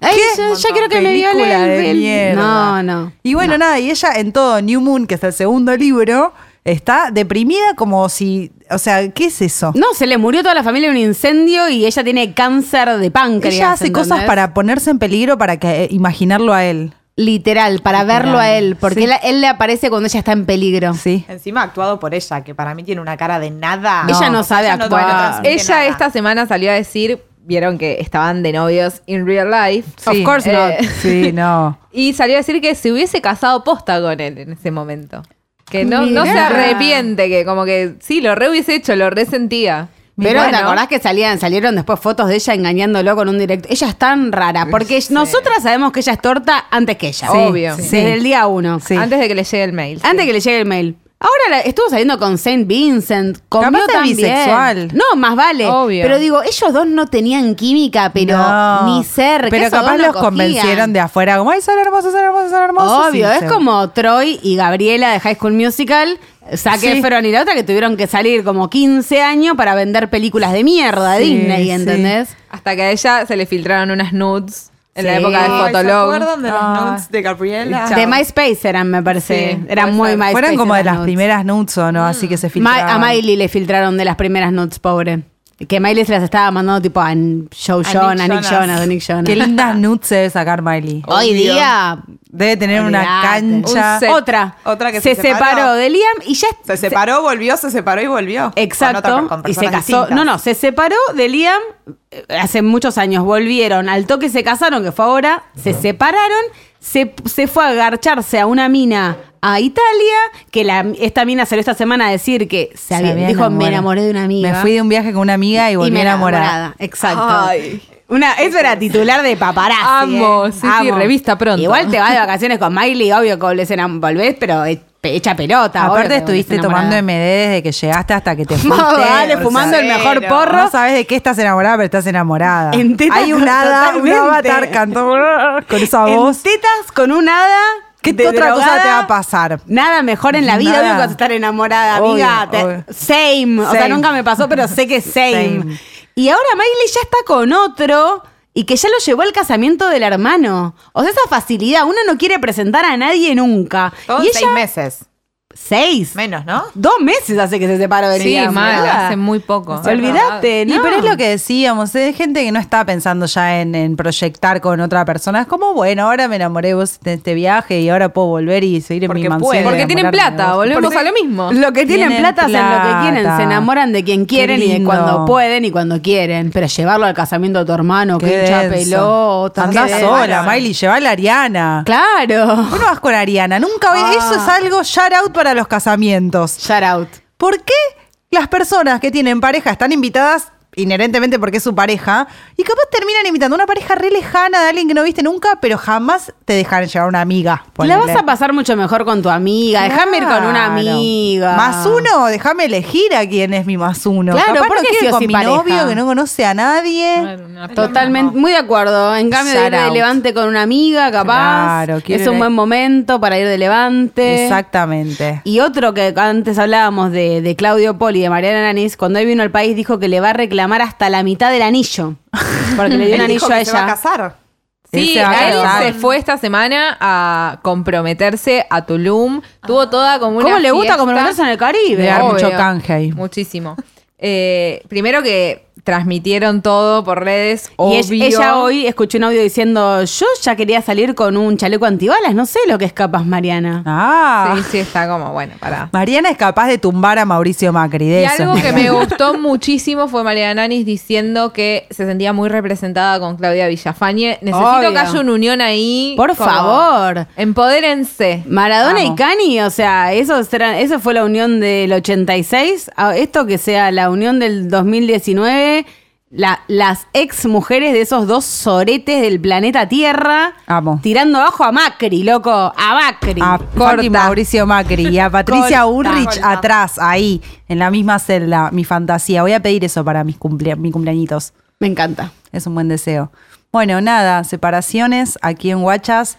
Speaker 2: Ay,
Speaker 1: ¿Qué?
Speaker 2: yo, yo quiero que me
Speaker 1: Película
Speaker 2: viole el-
Speaker 1: de
Speaker 2: el-
Speaker 1: mierda.
Speaker 2: No, no.
Speaker 1: Y bueno, nada, y ella en todo New Moon, que es el segundo libro, Está deprimida como si. O sea, ¿qué es eso?
Speaker 2: No, se le murió toda la familia en un incendio y ella tiene cáncer de páncreas.
Speaker 1: Ella hace
Speaker 2: ¿entendés?
Speaker 1: cosas para ponerse en peligro para que, eh, imaginarlo a él.
Speaker 2: Literal, para verlo a él, porque
Speaker 1: Sí.
Speaker 2: él, él le aparece cuando ella está en peligro.
Speaker 1: Sí.
Speaker 4: Encima actuado por ella, que para mí tiene una cara de nada.
Speaker 2: Ella no sabe
Speaker 4: Ella
Speaker 2: actuar.
Speaker 4: transmite
Speaker 3: Ella
Speaker 4: nada.
Speaker 3: esta semana salió a decir, vieron que estaban de novios in real life.
Speaker 1: Sí.
Speaker 3: Eh,
Speaker 1: Sí, no.
Speaker 3: Y salió a decir que se hubiese casado posta con él en ese momento. Que no, no se
Speaker 2: Mirá.
Speaker 3: arrepiente, que como que sí, lo re hubiese hecho, lo resentía.
Speaker 2: Pero
Speaker 3: Bueno,
Speaker 2: te acordás que salían, salieron después fotos de ella engañándolo con un directo. Ella es tan rara, porque nosotras sabemos que ella es torta antes que ella.
Speaker 3: Sí, Obvio. sí.
Speaker 2: Desde el día uno.
Speaker 1: Sí.
Speaker 3: Antes de que le llegue el mail.
Speaker 2: Antes que le llegue el mail. Ahora la- estuvo saliendo con Saint Vincent, comió
Speaker 1: Capaz es
Speaker 2: también.
Speaker 1: bisexual.
Speaker 2: No, más vale.
Speaker 3: Obvio.
Speaker 2: Pero digo, ellos dos no tenían química, pero
Speaker 1: No.
Speaker 2: ni cerca.
Speaker 1: Pero
Speaker 2: esos
Speaker 1: capaz
Speaker 2: dos no
Speaker 1: los
Speaker 2: cogían.
Speaker 1: convencieron de afuera, como, ay, son hermosos, son hermosos, son hermosos.
Speaker 2: Obvio,
Speaker 1: Sí,
Speaker 2: es
Speaker 1: se-
Speaker 2: como Troy y Gabriela de High School Musical, Zac
Speaker 1: Sí.
Speaker 2: Efron y la otra que tuvieron que salir como 15 años para vender películas de mierda,
Speaker 1: Sí,
Speaker 2: Disney,
Speaker 1: sí.
Speaker 2: ¿entendés?
Speaker 3: Hasta que a ella se le filtraron unas nudes en la
Speaker 2: Sí.
Speaker 3: época del
Speaker 4: Ay, ¿Se
Speaker 3: Fotolog.
Speaker 4: acuerdan de las notes de Gabriela?
Speaker 2: Ah. De MySpace eran, me parece.
Speaker 3: Sí,
Speaker 2: eran
Speaker 3: puede
Speaker 2: muy
Speaker 3: ser.
Speaker 2: MySpace.
Speaker 1: Fueron como de
Speaker 2: eran
Speaker 1: las
Speaker 2: nudes.
Speaker 1: primeras nudes o no, así que se
Speaker 2: Ma-
Speaker 1: filtraron.
Speaker 2: a Miley le filtraron de las primeras nudes, pobre. Que Miley se las estaba mandando tipo a N- Joe
Speaker 4: A
Speaker 2: John,
Speaker 4: Nick
Speaker 2: a Nick
Speaker 4: Jonas.
Speaker 2: Jonas, a Nick Jonas.
Speaker 1: Qué lindas nudes se debe sacar Miley.
Speaker 2: Hoy día.
Speaker 1: Debe tener una
Speaker 2: olvidate.
Speaker 1: cancha.
Speaker 2: Un set. otra.
Speaker 4: Otra que
Speaker 2: se,
Speaker 4: se
Speaker 2: separó.
Speaker 4: separó.
Speaker 2: de Liam y ya.
Speaker 4: Se separó, volvió, se separó y volvió. Con
Speaker 2: Exacto.
Speaker 4: otra- con
Speaker 2: y se
Speaker 4: personas
Speaker 2: casó.
Speaker 4: distintas.
Speaker 2: No, no, se separó de Liam eh, hace muchos años. Volvieron. Al toque se casaron, que fue ahora. Se separaron. Se, se fue a agarcharse a una mina a Italia. Que la, esta mina salió esta semana a decir que se
Speaker 1: Se
Speaker 2: había-
Speaker 1: había
Speaker 2: dijo:
Speaker 1: enamorado.
Speaker 2: Me enamoré de una amiga.
Speaker 1: Me fui de un viaje con una amiga y
Speaker 2: y
Speaker 1: volví
Speaker 2: me
Speaker 1: enamorada.
Speaker 2: enamorada. Exacto. Una, eso era titular de paparazzi.
Speaker 3: Amo,
Speaker 2: ¿eh?
Speaker 3: sí, sí, revista pronto.
Speaker 2: Igual te vas de vacaciones con Miley, obvio que volvés, enam- volvés, pero he- hecha pelota. obvio
Speaker 1: Aparte
Speaker 2: que
Speaker 1: estuviste
Speaker 2: volvés enamorada.
Speaker 1: tomando MD desde que llegaste hasta que te fuiste.
Speaker 2: Más vale,
Speaker 1: o sea,
Speaker 2: fumando el mejor
Speaker 4: cero.
Speaker 2: porro.
Speaker 1: No sabes de qué estás enamorada, pero estás enamorada.
Speaker 2: En tetas
Speaker 1: Hay un hada, un
Speaker 2: totalmente.
Speaker 1: avatar cantando con esa
Speaker 2: en
Speaker 1: voz.
Speaker 2: tetas con un hada.
Speaker 1: ¿Qué
Speaker 2: de
Speaker 1: otra cosa
Speaker 2: drogada.
Speaker 1: te va a pasar?
Speaker 2: Nada mejor en la vida,
Speaker 1: Nada.
Speaker 2: obvio que vas a estar enamorada,
Speaker 1: Obvio,
Speaker 2: amiga. te-
Speaker 1: obvio.
Speaker 2: same. O sea,
Speaker 1: Same.
Speaker 2: nunca me pasó, pero sé que same.
Speaker 1: Same.
Speaker 2: Y ahora Miley ya está con otro y que ya lo llevó al casamiento del hermano. O sea, esa facilidad. Uno no quiere presentar a nadie nunca.
Speaker 4: Todo
Speaker 2: y
Speaker 4: en
Speaker 2: ella,
Speaker 4: seis meses.
Speaker 2: Seis.
Speaker 4: Menos, ¿no?
Speaker 2: Dos meses hace que se separó de
Speaker 3: Sí,
Speaker 2: Liam,
Speaker 3: mal,
Speaker 2: ¿verdad?
Speaker 3: hace muy poco.
Speaker 1: Y
Speaker 2: Olvídate, Eh, ¿no?
Speaker 1: pero es lo que decíamos, es gente que no está pensando ya en, en proyectar con otra persona. Es como, bueno, ahora me enamoré de vos en este viaje y ahora puedo volver y seguir en
Speaker 4: Porque
Speaker 1: mi mansión.
Speaker 4: puede.
Speaker 1: y
Speaker 3: Porque tienen
Speaker 1: enamorarme de
Speaker 3: plata,
Speaker 1: vos.
Speaker 3: volvemos
Speaker 1: Porque-
Speaker 3: a lo mismo.
Speaker 2: Lo que tienen,
Speaker 1: Tienen
Speaker 2: plata, hacen lo que quieren,
Speaker 1: plata.
Speaker 2: se enamoran de quien
Speaker 1: Qué
Speaker 2: quieren y de
Speaker 1: lindo.
Speaker 2: cuando pueden y cuando quieren. Pero llevarlo al casamiento de tu hermano,
Speaker 1: Qué
Speaker 2: que hincha
Speaker 1: denso.
Speaker 2: pelota.
Speaker 1: Andá
Speaker 2: qué denso.
Speaker 1: sola, Miley, llevala a Ariana.
Speaker 2: Claro.
Speaker 1: Vos no vas con Ariana, nunca voy-
Speaker 2: Ah.
Speaker 1: Eso es algo shout out para los casamientos.
Speaker 2: Shout out.
Speaker 1: ¿Por qué las personas que tienen pareja están invitadas inherentemente porque es su pareja y capaz terminan invitando a una pareja re lejana de alguien que no viste nunca, pero jamás te dejan llevar una amiga?
Speaker 2: La
Speaker 1: ponele.
Speaker 2: vas a pasar mucho mejor con tu amiga. Déjame ir con una
Speaker 1: Claro.
Speaker 2: amiga.
Speaker 1: Más uno, déjame elegir a quién es mi más uno.
Speaker 2: Claro,
Speaker 1: Capaz
Speaker 2: ¿por
Speaker 1: no
Speaker 2: qué
Speaker 1: quiero
Speaker 2: sí
Speaker 1: ir
Speaker 2: o
Speaker 1: con
Speaker 2: sí
Speaker 1: mi
Speaker 2: pareja?
Speaker 1: novio que no conoce a nadie.
Speaker 2: Totalmente, muy de acuerdo. En cambio, de ir
Speaker 1: Shout
Speaker 2: de
Speaker 1: out.
Speaker 2: levante con una amiga, capaz.
Speaker 1: Claro, quiero
Speaker 2: es un
Speaker 1: ir a-
Speaker 2: buen momento para ir de levante.
Speaker 1: Exactamente.
Speaker 2: Y otro que antes hablábamos de, de Claudio Poli, de Mariana Nanis, cuando él vino al país dijo que le va a reclamar hasta la mitad del anillo. Porque le dio un
Speaker 4: Él dijo
Speaker 2: anillo a
Speaker 4: que se va a
Speaker 2: ella.
Speaker 4: casar.
Speaker 3: Sí,
Speaker 1: Ese va a
Speaker 3: él
Speaker 1: quedar.
Speaker 3: se fue esta semana a comprometerse a Tulum. Tuvo toda como una
Speaker 2: ¿Cómo le gusta
Speaker 3: fiesta.
Speaker 2: comprometerse en el
Speaker 1: Debe
Speaker 2: Caribe?
Speaker 1: haber
Speaker 3: Obvio.
Speaker 1: mucho canje ahí.
Speaker 3: Muchísimo. Eh, primero que transmitieron todo por redes.
Speaker 2: Y ella,
Speaker 3: obvio.
Speaker 2: ella hoy escuchó un audio diciendo, yo ya quería salir con un chaleco antibalas, no sé lo que es capaz Mariana.
Speaker 1: Ah.
Speaker 3: Sí, sí, está como, bueno, para.
Speaker 1: Mariana es capaz de tumbar a Mauricio Macri. De
Speaker 3: Y
Speaker 1: eso es
Speaker 3: algo que me
Speaker 1: Mariana.
Speaker 3: gustó muchísimo fue Mariana Nanis diciendo que se sentía muy representada con Claudia Villafañe. Necesito
Speaker 2: Obvio.
Speaker 3: que haya una unión ahí.
Speaker 2: Por favor.
Speaker 3: Empodérense.
Speaker 2: Maradona
Speaker 1: Vamos.
Speaker 2: y Cani, o sea, eso, será- eso fue la unión del 86, a Ah, esto que sea la unión del 2019, la- las ex mujeres de esos dos soretes del planeta Tierra,
Speaker 1: Amo.
Speaker 2: tirando abajo a Macri, loco, a Macri.
Speaker 4: Ah,
Speaker 1: A fucking Mauricio Macri y a Patricia Ulrich atrás, ahí, en la misma celda, mi fantasía. Voy a pedir eso para mis, cumplea- mis cumpleañitos.
Speaker 2: Me encanta.
Speaker 1: Es un buen deseo. Bueno, nada, separaciones aquí en Guachas.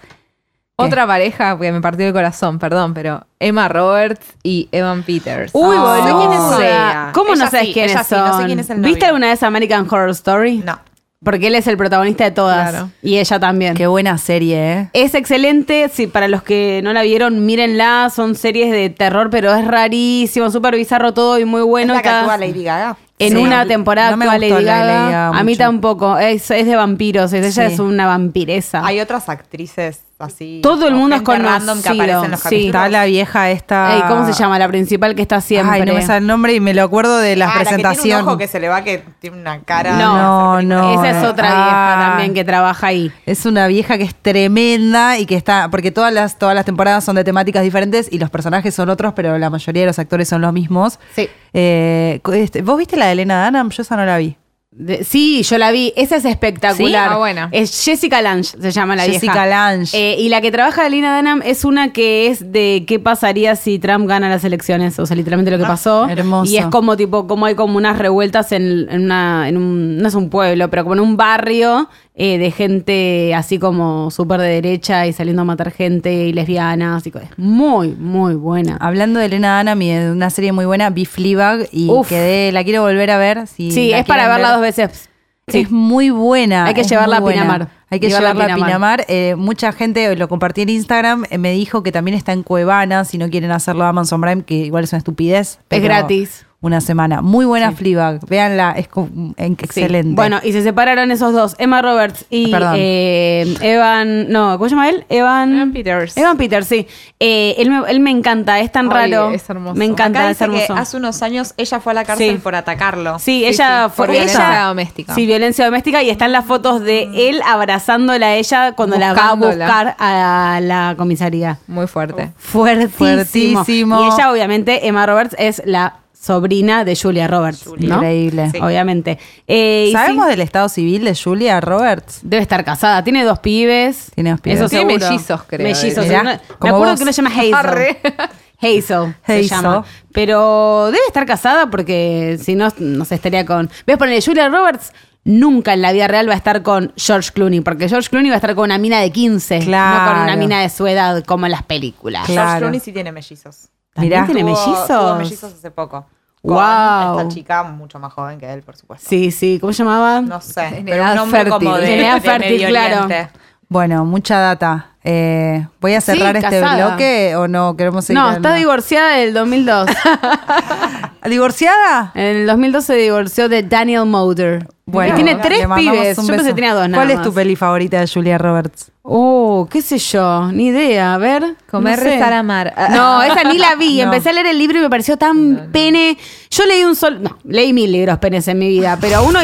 Speaker 3: Otra pareja que me partió el corazón, perdón, pero Emma Roberts y Evan Peters. Ah.
Speaker 2: Uy,
Speaker 4: No sé
Speaker 2: boludo.
Speaker 4: quiénes son.
Speaker 2: Ah. ¿Cómo
Speaker 4: Ella
Speaker 2: no sabes
Speaker 4: sí,
Speaker 2: quiénes
Speaker 4: ella sí,
Speaker 2: son?
Speaker 4: no sé quién es el
Speaker 2: ¿Viste
Speaker 4: novio.
Speaker 2: alguna vez American Horror Story?
Speaker 4: No.
Speaker 2: Porque él es el protagonista de todas.
Speaker 3: Claro.
Speaker 2: Y ella también.
Speaker 1: Qué buena serie, ¿eh?
Speaker 2: Es excelente, sí, para los que no la vieron, mírenla, son series de terror, pero es rarísimo, súper bizarro todo y muy bueno.
Speaker 4: es la que
Speaker 2: cada-
Speaker 4: actúa Lady Gaga.
Speaker 2: En
Speaker 1: Sí.
Speaker 2: una temporada
Speaker 1: No me
Speaker 2: actúa
Speaker 1: gustó
Speaker 2: Lady
Speaker 1: la de
Speaker 2: Gaga.
Speaker 1: Lady Gaga
Speaker 2: A mí
Speaker 1: mucho.
Speaker 2: tampoco, es, es de vampiros, es- ella
Speaker 1: Sí.
Speaker 2: es una vampiresa.
Speaker 4: Ah. Hay otras actrices así.
Speaker 2: Todo el
Speaker 4: o
Speaker 2: mundo es
Speaker 4: gente random que
Speaker 2: conocido,
Speaker 4: aparecen en los
Speaker 2: sí.
Speaker 4: capítulos. Ah,
Speaker 1: Está la vieja esta.
Speaker 2: Ey, ¿Cómo se llama? La principal que está siempre.
Speaker 1: Ay, no me sale el nombre y me lo acuerdo de la
Speaker 4: Ah, que tiene un
Speaker 1: presentación.
Speaker 4: ojo que se le va que tiene una cara.
Speaker 1: No, no.
Speaker 2: Esa es otra
Speaker 1: Ah.
Speaker 2: vieja también que trabaja ahí.
Speaker 1: Es una vieja que es tremenda y que está, porque todas las, todas las temporadas son de temáticas diferentes y los personajes son otros, pero la mayoría de los actores son los mismos.
Speaker 2: Sí.
Speaker 1: Eh, co- este, ¿Vos viste la de Elena Dunham? Yo esa no la vi.
Speaker 2: De- sí, yo la vi. Esa es espectacular.
Speaker 3: ¿Sí? Ah, bueno.
Speaker 2: Es Jessica Lange, se llama la vieja.
Speaker 1: Jessica Lange.
Speaker 2: Eh, y la que trabaja de Lina Dunham es una que es de qué pasaría si Trump gana las elecciones. O sea, literalmente lo que pasó.
Speaker 1: Ah, hermoso.
Speaker 2: Y es como tipo, como hay como unas revueltas en, en una, en un, no es un pueblo, pero como en un barrio eh, de gente así como súper de derecha y saliendo a matar gente y lesbianas y cosas. Muy, muy buena.
Speaker 1: Hablando de Elena Dunham y de una serie muy buena, vi Fleabag y
Speaker 2: Uf.
Speaker 1: quedé, la quiero volver a ver. Si
Speaker 2: sí,
Speaker 1: la
Speaker 2: es para
Speaker 1: quieren
Speaker 2: verla
Speaker 1: ver.
Speaker 2: dos veces. Sí.
Speaker 1: Es muy buena.
Speaker 2: Hay que
Speaker 1: es
Speaker 2: llevarla
Speaker 1: muy
Speaker 2: a Pinamar.
Speaker 1: buena. Hay que
Speaker 2: Llevarla a
Speaker 1: llevarla a
Speaker 2: Pinamar.
Speaker 1: Pinamar. Eh, mucha gente, lo compartí en Instagram, eh, me dijo que también está en Cuevana, si no quieren hacerlo a Amazon Prime, que igual es una estupidez. pero
Speaker 2: gratis.
Speaker 1: Una semana. Muy buena Fleabag. Véanla, es co- en-
Speaker 2: Sí.
Speaker 1: excelente.
Speaker 2: Bueno, y se separaron esos dos, Emma Roberts y
Speaker 1: Perdón.
Speaker 2: eh, Evan, no, ¿cómo se llama él? Evan,
Speaker 3: Evan Peters.
Speaker 2: Evan Peters, sí. Eh, él, me, él me encanta, es tan
Speaker 3: Ay,
Speaker 2: raro.
Speaker 3: es hermoso.
Speaker 2: Me encanta,
Speaker 4: Acá
Speaker 2: es
Speaker 4: dice
Speaker 2: hermoso.
Speaker 4: que hace unos años ella fue a la cárcel
Speaker 2: Sí.
Speaker 4: por atacarlo.
Speaker 2: Sí,
Speaker 3: Sí,
Speaker 2: ella
Speaker 3: sí,
Speaker 2: fue
Speaker 3: por violencia
Speaker 2: ella-
Speaker 3: doméstica. Mm.
Speaker 2: Sí, violencia doméstica y están las fotos de él abrazándola a ella cuando la
Speaker 3: Buscándola.
Speaker 2: va a buscar a la comisaría.
Speaker 3: Muy fuerte.
Speaker 2: Fuertísimo.
Speaker 1: Fuertísimo.
Speaker 2: Y ella obviamente Emma Roberts es la sobrina de Julia Roberts, ¿no?
Speaker 1: Increíble.
Speaker 2: Sí. Obviamente. Eh, y
Speaker 1: ¿Sabemos
Speaker 2: sí,
Speaker 1: del estado civil de Julia Roberts?
Speaker 2: Debe estar casada. Tiene dos pibes.
Speaker 1: Tiene dos pibes.
Speaker 2: Eso
Speaker 3: Tiene
Speaker 2: seguro.
Speaker 3: mellizos, creo.
Speaker 2: Mellizos.
Speaker 1: Mirá,
Speaker 2: Uno- me
Speaker 1: como
Speaker 2: acuerdo
Speaker 1: vos.
Speaker 2: que uno se llama Hazel.
Speaker 3: Arre.
Speaker 2: Hazel, se
Speaker 1: Hazel.
Speaker 2: llama. Pero debe estar casada porque si no, no se estaría con. ¿Ves? Ponele Julia Roberts. Nunca en la vida real va a estar con George Clooney, porque George Clooney va a estar con una mina de 15, no con una
Speaker 1: Claro.
Speaker 2: mina de su edad, como en las películas.
Speaker 4: George
Speaker 1: Claro.
Speaker 4: Clooney sí tiene mellizos.
Speaker 2: ¿También
Speaker 1: Mirá.
Speaker 2: tiene
Speaker 4: Tuvo-
Speaker 2: mellizos?
Speaker 4: Tuvo mellizos hace poco. Con
Speaker 2: Guau.
Speaker 4: Esta chica mucho más joven que él, por supuesto.
Speaker 2: Sí, sí, ¿cómo se llamaba?
Speaker 4: No sé,
Speaker 3: En
Speaker 4: pero
Speaker 3: edad
Speaker 4: un hombre como
Speaker 3: fértil.
Speaker 4: de,
Speaker 2: En edad
Speaker 4: de
Speaker 2: fértil,
Speaker 4: Medio
Speaker 2: claro.
Speaker 4: Oriente.
Speaker 1: Bueno, mucha data. Eh, ¿Voy a
Speaker 2: Sí,
Speaker 1: cerrar este
Speaker 2: casada.
Speaker 1: bloque o no? ¿Queremos seguir?
Speaker 2: No,
Speaker 1: al-
Speaker 2: está divorciada del 2002.
Speaker 1: ¿Divorciada?
Speaker 2: en el 2002 se divorció de Daniel Mulder. Y tiene
Speaker 1: le
Speaker 2: tres
Speaker 1: mandamos
Speaker 2: pibes.
Speaker 1: un
Speaker 2: Yo pensé que
Speaker 1: beso.
Speaker 2: tenía dos nada
Speaker 1: ¿Cuál es
Speaker 2: más.
Speaker 1: tu peli favorita de Julia Roberts?
Speaker 2: Oh, qué sé yo, ni idea, a ver.
Speaker 3: Comer,
Speaker 2: no sé.
Speaker 3: rezar, amar.
Speaker 2: No, esa ni la vi. Empecé a leer el libro y me pareció tan pene. Yo leí un sol. No, leí mil libros penes en mi vida, pero uno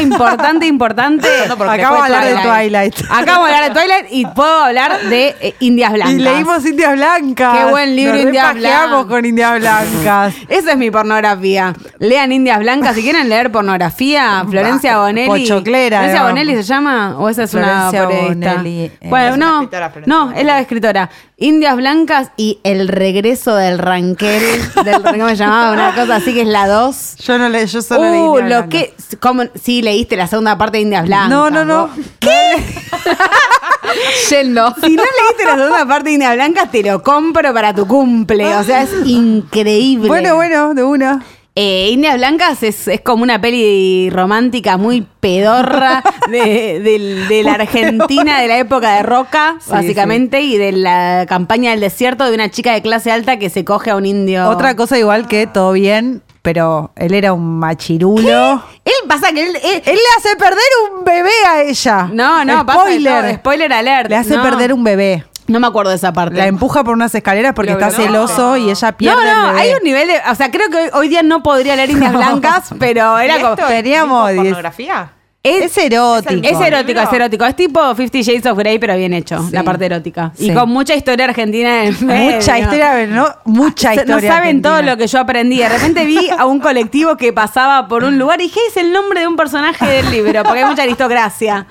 Speaker 2: importante, importante.
Speaker 1: Acabo de hablar de Twilight.
Speaker 2: Acabo de hablar de Twilight y puedo hablar de eh, Indias Blancas.
Speaker 1: Y leímos Indias Blancas.
Speaker 2: Qué buen libro,
Speaker 1: Nos
Speaker 2: Indias
Speaker 1: repajeamos
Speaker 2: Blancas.
Speaker 1: con Indias Blancas.
Speaker 2: Esa es mi pornografía. Lean Indias Blancas. Si quieren leer pornografía, Florencia
Speaker 1: Bah,
Speaker 2: Bonelli.
Speaker 1: pochoclera,
Speaker 2: ¿Florencia
Speaker 1: digamos.
Speaker 2: Bonelli se llama? ¿O esa es
Speaker 1: Florencia
Speaker 2: una periodista?
Speaker 1: Bonelli, eh,
Speaker 2: bueno,
Speaker 4: es la
Speaker 2: no.
Speaker 4: escritora Florencia
Speaker 2: No, es la escritora. Indias Blancas y El regreso del Ranquel. Del, ¿Cómo se llamaba? Una cosa así que es la 2.
Speaker 1: Yo no le, yo solo leí
Speaker 2: Uh,
Speaker 1: Indias
Speaker 2: lo
Speaker 1: Blancas.
Speaker 2: que. ¿cómo? Sí, leíste la segunda parte de Indias Blancas.
Speaker 1: No, no, no.
Speaker 2: vos.
Speaker 3: Yendo.
Speaker 2: Si no leíste la segunda parte de Indias Blancas, te lo compro para tu cumple. O sea, es increíble.
Speaker 1: Bueno, bueno, de una.
Speaker 2: Eh, Indias Blancas es, es como una peli romántica muy pedorra de, del- de la Argentina de la época de Roca, básicamente, y de la campaña del desierto de una chica de clase alta que se coge a un indio.
Speaker 1: Otra cosa igual que todo bien, pero él era un machirulo.
Speaker 2: Él pasa que él. él-
Speaker 1: Él le hace perder un bebé a ella.
Speaker 2: no, no, pasa de
Speaker 1: spoiler.
Speaker 2: todo, spoiler alert.
Speaker 1: Le hace
Speaker 2: No.
Speaker 1: perder un bebé.
Speaker 2: No me acuerdo de esa parte.
Speaker 1: La empuja por unas escaleras porque está celoso y ella
Speaker 2: no,
Speaker 1: pierde el
Speaker 2: no,
Speaker 1: bebé.
Speaker 2: hay un nivel de. O sea, creo que hoy, hoy día no podría leer Indias Blancas, pero era
Speaker 4: ¿Y
Speaker 2: como.
Speaker 4: esto es
Speaker 1: teníamos
Speaker 4: tipo
Speaker 1: diez-
Speaker 4: pornografía?
Speaker 1: Es, erótico.
Speaker 2: Es erótico,
Speaker 4: libro?
Speaker 2: es erótico. Es tipo Fifty Shades of Grey, pero bien hecho, la parte erótica. Y
Speaker 1: Sí.
Speaker 2: con mucha historia argentina en medio.
Speaker 1: Mucha historia, ¿no? Mucha
Speaker 2: Se-
Speaker 1: historia.
Speaker 2: No saben
Speaker 1: argentina.
Speaker 2: todo lo que yo aprendí. De repente vi a un colectivo que pasaba por un lugar y dije, es el nombre de un personaje del libro, porque hay mucha aristocracia.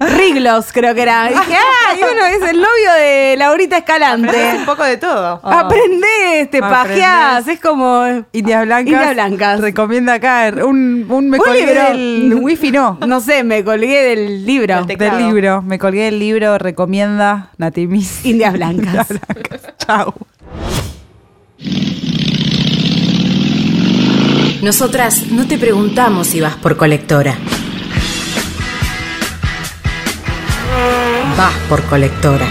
Speaker 2: Riglos, creo que era. Y dije, ah, y bueno, es el novio de Laurita
Speaker 4: Aprendés un
Speaker 2: Escalante. Oh.
Speaker 4: poco de todo.
Speaker 2: Aprendés, te
Speaker 1: Aprendés.
Speaker 2: pajeás, es como...
Speaker 1: Indias Blancas.
Speaker 2: Indias Ah, Blancas.
Speaker 1: Recomienda acá un, un me
Speaker 2: Un
Speaker 1: colgué
Speaker 2: libro.
Speaker 1: del wifi, no.
Speaker 2: No sé, me colgué del libro.
Speaker 4: Del
Speaker 1: Del
Speaker 4: Teclado.
Speaker 1: libro. Me colgué el libro, recomienda Natimis.
Speaker 2: Indias blancas.
Speaker 1: Chao.
Speaker 5: Nosotras no te preguntamos si vas por colectora. Vas por colectora.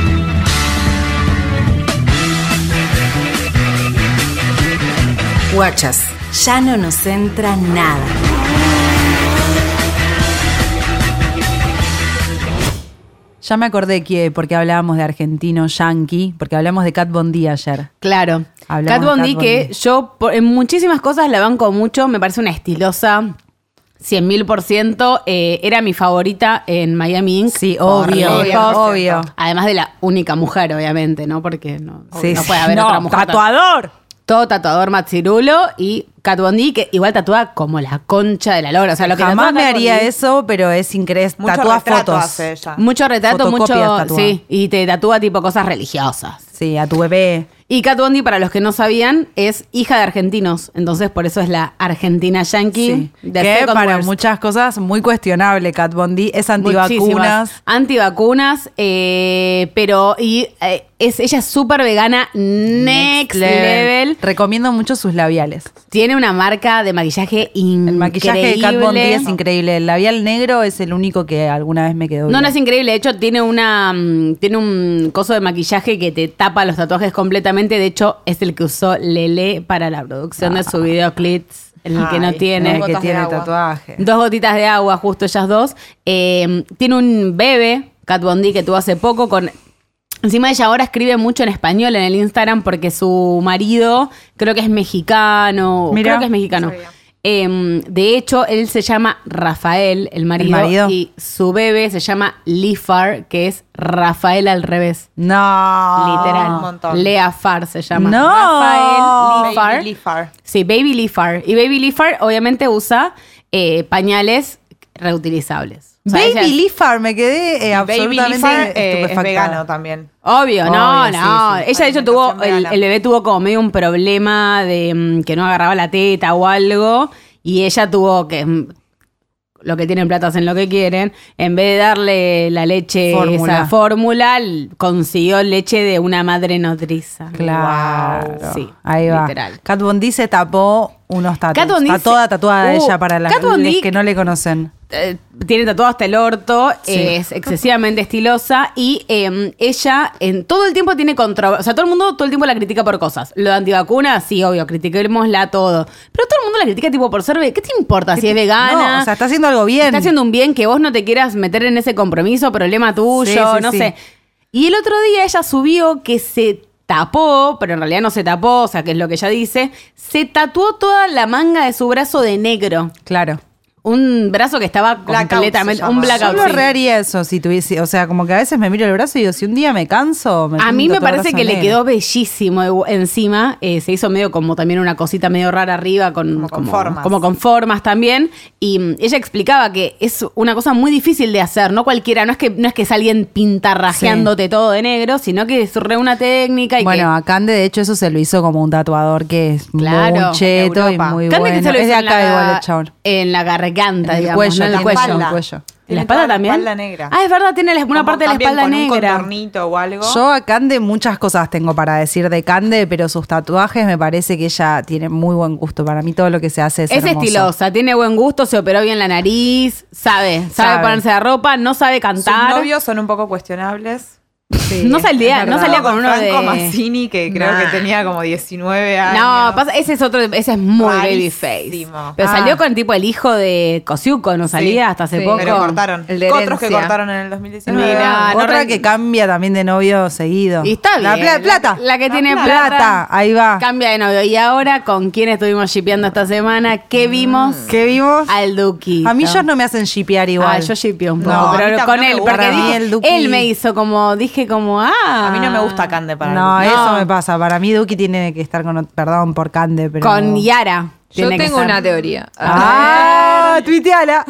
Speaker 5: Guachas, ya no nos entra nada.
Speaker 1: Ya me acordé que porque hablábamos de argentino yankee, porque hablamos de Cat Bondi ayer.
Speaker 2: Claro.
Speaker 1: Hablamos
Speaker 2: Kat
Speaker 1: de
Speaker 2: Von
Speaker 1: Kat
Speaker 2: D,
Speaker 1: Von
Speaker 2: que
Speaker 1: D.
Speaker 2: yo por- en muchísimas cosas la banco mucho, me parece una estilosa. 100 mil por ciento, eh, era mi favorita en Miami Inc.
Speaker 1: Sí, obvio,
Speaker 2: Por lejos.
Speaker 1: obvio.
Speaker 2: Además de la única mujer, obviamente, ¿no? Porque no,
Speaker 1: Sí,
Speaker 2: no
Speaker 1: sí.
Speaker 2: puede haber
Speaker 1: No,
Speaker 2: otra mujer. tan-
Speaker 1: ¡Tatuador!
Speaker 2: Todo tatuador Matsirulo y Kat Von D, que igual tatúa como la concha de la lora. O sea, lo que tatúa
Speaker 1: Jamás me
Speaker 2: Kat Von
Speaker 1: haría
Speaker 2: D-
Speaker 1: eso, pero es increíble.
Speaker 4: Mucho
Speaker 1: Tatúa
Speaker 4: retrato
Speaker 1: fotos.
Speaker 4: hace ella.
Speaker 2: Mucho retrato, mucho.
Speaker 1: Fotocopias tatúa.
Speaker 2: Sí, y te tatúa tipo cosas religiosas.
Speaker 1: Sí, a tu bebé.
Speaker 2: Y Kat Bondi, para los que no sabían, es hija de argentinos. Entonces, por eso es la argentina yankee.
Speaker 1: Sí.
Speaker 2: de
Speaker 1: Que
Speaker 2: Second
Speaker 1: para
Speaker 2: Worst.
Speaker 1: muchas cosas muy cuestionable, Cat Bondi. Es antivacunas.
Speaker 2: Muchísimas. Antivacunas. eh, pero y, eh, es, ella es súper vegana, next, level.
Speaker 1: Recomiendo mucho sus labiales.
Speaker 2: Tiene una marca de maquillaje increíble.
Speaker 1: El maquillaje de Cat Von D es increíble. El labial negro es el único que alguna vez me quedó
Speaker 2: No,
Speaker 1: bien.
Speaker 2: no es increíble. De hecho, tiene una mm, tiene un coso de maquillaje que te tapa los tatuajes completamente. De hecho, es el que usó Lele para la producción
Speaker 1: Ah.
Speaker 2: de su videoclip, en el que no
Speaker 4: Ay,
Speaker 2: tiene.
Speaker 1: El Eh, que
Speaker 4: Gotas de
Speaker 1: tiene
Speaker 4: agua.
Speaker 1: tatuaje.
Speaker 2: Dos gotitas de agua, justo ellas dos. Eh, tiene un bebé, Kat Bondi, que tuvo hace poco con... Encima ella ahora escribe mucho en español en el Instagram porque su marido creo que es mexicano.
Speaker 1: Mira.
Speaker 2: creo que es mexicano. Eh, de hecho, él se llama Rafael, el marido,
Speaker 1: marido.
Speaker 2: y su bebé se llama Lifar, que es Rafael al revés.
Speaker 1: No.
Speaker 2: literal.
Speaker 4: Ah, un montón.
Speaker 2: Lea Far se llama.
Speaker 1: No.
Speaker 2: Rafael
Speaker 4: Baby
Speaker 2: Lifar.
Speaker 4: Lifar.
Speaker 2: Sí, Baby Lifar. Y Baby Lifar obviamente usa eh, pañales reutilizables. O sea, ella-
Speaker 1: Baby Lifar, me quedé eh,
Speaker 4: Baby
Speaker 1: absolutamente
Speaker 4: Lifar eh, es
Speaker 1: estupefacta.
Speaker 4: vegano también.
Speaker 2: Obvio, no,
Speaker 1: Obvio, sí,
Speaker 2: no.
Speaker 1: sí.
Speaker 2: Ella de hecho tuvo, el,
Speaker 4: Alimentación
Speaker 2: el bebé tuvo como medio un problema de mm, que no agarraba la teta o algo. Y ella tuvo que... mm, Lo que tienen plata hacen lo que quieren. En vez de darle la leche,
Speaker 1: Fórmula.
Speaker 2: esa fórmula, l- consiguió leche de una madre nodriza.
Speaker 1: Claro.
Speaker 2: Sí,
Speaker 1: Ahí va.
Speaker 2: literal.
Speaker 1: Cat Bondi se tapó unos tatuajes.
Speaker 2: Cat Von D
Speaker 1: Está
Speaker 2: se-
Speaker 1: toda tatuada
Speaker 2: Uh,
Speaker 1: ella para las
Speaker 2: Cat Von D-
Speaker 1: las que no le conocen.
Speaker 2: eh, tiene tatuado hasta el orto, es excesivamente estilosa y eh, ella en todo el tiempo tiene controversia. O sea, todo el mundo todo el tiempo la critica por cosas. Lo de antivacunas, sí, obvio, critiquémosla todo. Pero todo el mundo la critica tipo por ser ve- ¿Qué te importa si es vegana?
Speaker 1: No, o sea, está haciendo algo bien.
Speaker 2: Está haciendo un bien que vos no te quieras meter en ese compromiso, problema tuyo,
Speaker 1: Sí, sí,
Speaker 2: no
Speaker 1: sí.
Speaker 2: sé. Y el otro día ella subió que se tapó, pero en realidad no se tapó, o sea, que es lo que ella dice, se tatuó toda la manga de su brazo de negro.
Speaker 1: Claro.
Speaker 2: Un brazo que estaba
Speaker 4: Blackout
Speaker 2: completamente.
Speaker 4: se
Speaker 2: Un
Speaker 4: llama.
Speaker 2: blackout.
Speaker 1: Yo lo
Speaker 2: sí.
Speaker 1: reharía eso si tuviese. O sea, como que a veces me miro el brazo y digo, si un día me canso. Me
Speaker 2: A mí
Speaker 1: pinto todo
Speaker 2: me
Speaker 1: el
Speaker 2: parece
Speaker 1: brazo
Speaker 2: que le
Speaker 1: negro.
Speaker 2: quedó bellísimo igu- encima. eh, se hizo medio como también una cosita medio rara arriba, con,
Speaker 4: Como con formas.
Speaker 2: como con formas también. Y mm, ella explicaba que es una cosa muy difícil de hacer, no cualquiera. No es que, no es que es alguien pintarrajeándote todo de negro, sino que es re una técnica y
Speaker 1: Bueno, ah,
Speaker 2: que-
Speaker 1: a Cande, de hecho, eso se lo hizo como un tatuador que es
Speaker 2: Claro,
Speaker 1: muy cheto y
Speaker 4: Europa.
Speaker 1: muy
Speaker 2: Cande
Speaker 1: bueno.
Speaker 2: que se lo
Speaker 1: es de
Speaker 2: hizo en
Speaker 1: acá
Speaker 2: la-
Speaker 1: igual el chabón.
Speaker 2: En la garganta,
Speaker 1: En el
Speaker 2: digamos,
Speaker 1: cuello,
Speaker 2: no en el
Speaker 1: tiene
Speaker 2: cuello.
Speaker 1: el cuello.
Speaker 2: ¿En la
Speaker 4: Tiene
Speaker 2: espalda
Speaker 4: toda la
Speaker 2: también?
Speaker 4: espalda negra.
Speaker 2: Ah, es verdad, tiene la- una
Speaker 4: Como
Speaker 2: parte de la
Speaker 4: también
Speaker 2: espalda
Speaker 4: con
Speaker 2: negra.
Speaker 4: un contornito o algo.
Speaker 1: Yo a Cande muchas cosas tengo para decir de Cande, pero sus tatuajes me parece que ella tiene muy buen gusto. Para mí todo lo que se hace es,
Speaker 2: Es
Speaker 1: hermoso.
Speaker 2: estilosa, tiene buen gusto, se operó bien la nariz, sabe, sabe,
Speaker 1: Sabe.
Speaker 2: ponerse la ropa, no sabe
Speaker 4: Sus
Speaker 2: cantar.
Speaker 4: novios son un poco cuestionables.
Speaker 1: Sí,
Speaker 2: no salía,
Speaker 1: es
Speaker 2: no
Speaker 1: verdad.
Speaker 2: salía con uno
Speaker 4: Franco
Speaker 2: de.
Speaker 4: Mazzini, que creo que tenía como 19 años.
Speaker 2: No, pasa- ese es otro, ese es muy babyface.
Speaker 4: Rarísimo.
Speaker 2: Pero
Speaker 1: Ah.
Speaker 2: salió con tipo el hijo de Cosiuco, no salía hasta hace
Speaker 3: sí,
Speaker 2: poco.
Speaker 4: Pero cortaron.
Speaker 3: El de
Speaker 4: Otros que
Speaker 3: herencia.
Speaker 4: cortaron en el 2019.
Speaker 2: Mira. Ah, no
Speaker 1: Otra
Speaker 2: re-
Speaker 1: que cambia también de novio seguido.
Speaker 2: Y está
Speaker 1: La
Speaker 2: bien.
Speaker 1: pla- plata.
Speaker 2: La, que tiene plata,
Speaker 1: plata. Ahí va.
Speaker 2: Cambia de novio. Y ahora, ¿con quién estuvimos shipeando esta semana? ¿Qué vimos?
Speaker 1: ¿Qué vimos?
Speaker 2: Al Duki.
Speaker 1: A mí ellos no me hacen shipear igual.
Speaker 2: Ah, yo shipeo un
Speaker 4: No,
Speaker 2: poco,
Speaker 4: a mí
Speaker 2: pero
Speaker 4: tampoco
Speaker 2: con
Speaker 4: me
Speaker 2: él,
Speaker 4: gusta.
Speaker 2: porque
Speaker 1: Para mí
Speaker 2: dije-
Speaker 1: el Duki-
Speaker 2: él me hizo como, dije como, ah.
Speaker 4: A mí no me gusta Cande para
Speaker 1: no,
Speaker 4: el-
Speaker 1: eso me pasa. Para mí Duki tiene que estar con... ot- Perdón por Cande, pero...
Speaker 2: Con Yara.
Speaker 3: Yo
Speaker 2: tiene que
Speaker 3: tengo
Speaker 2: ser.
Speaker 3: una teoría.
Speaker 1: ¡Ah! Tuiteala.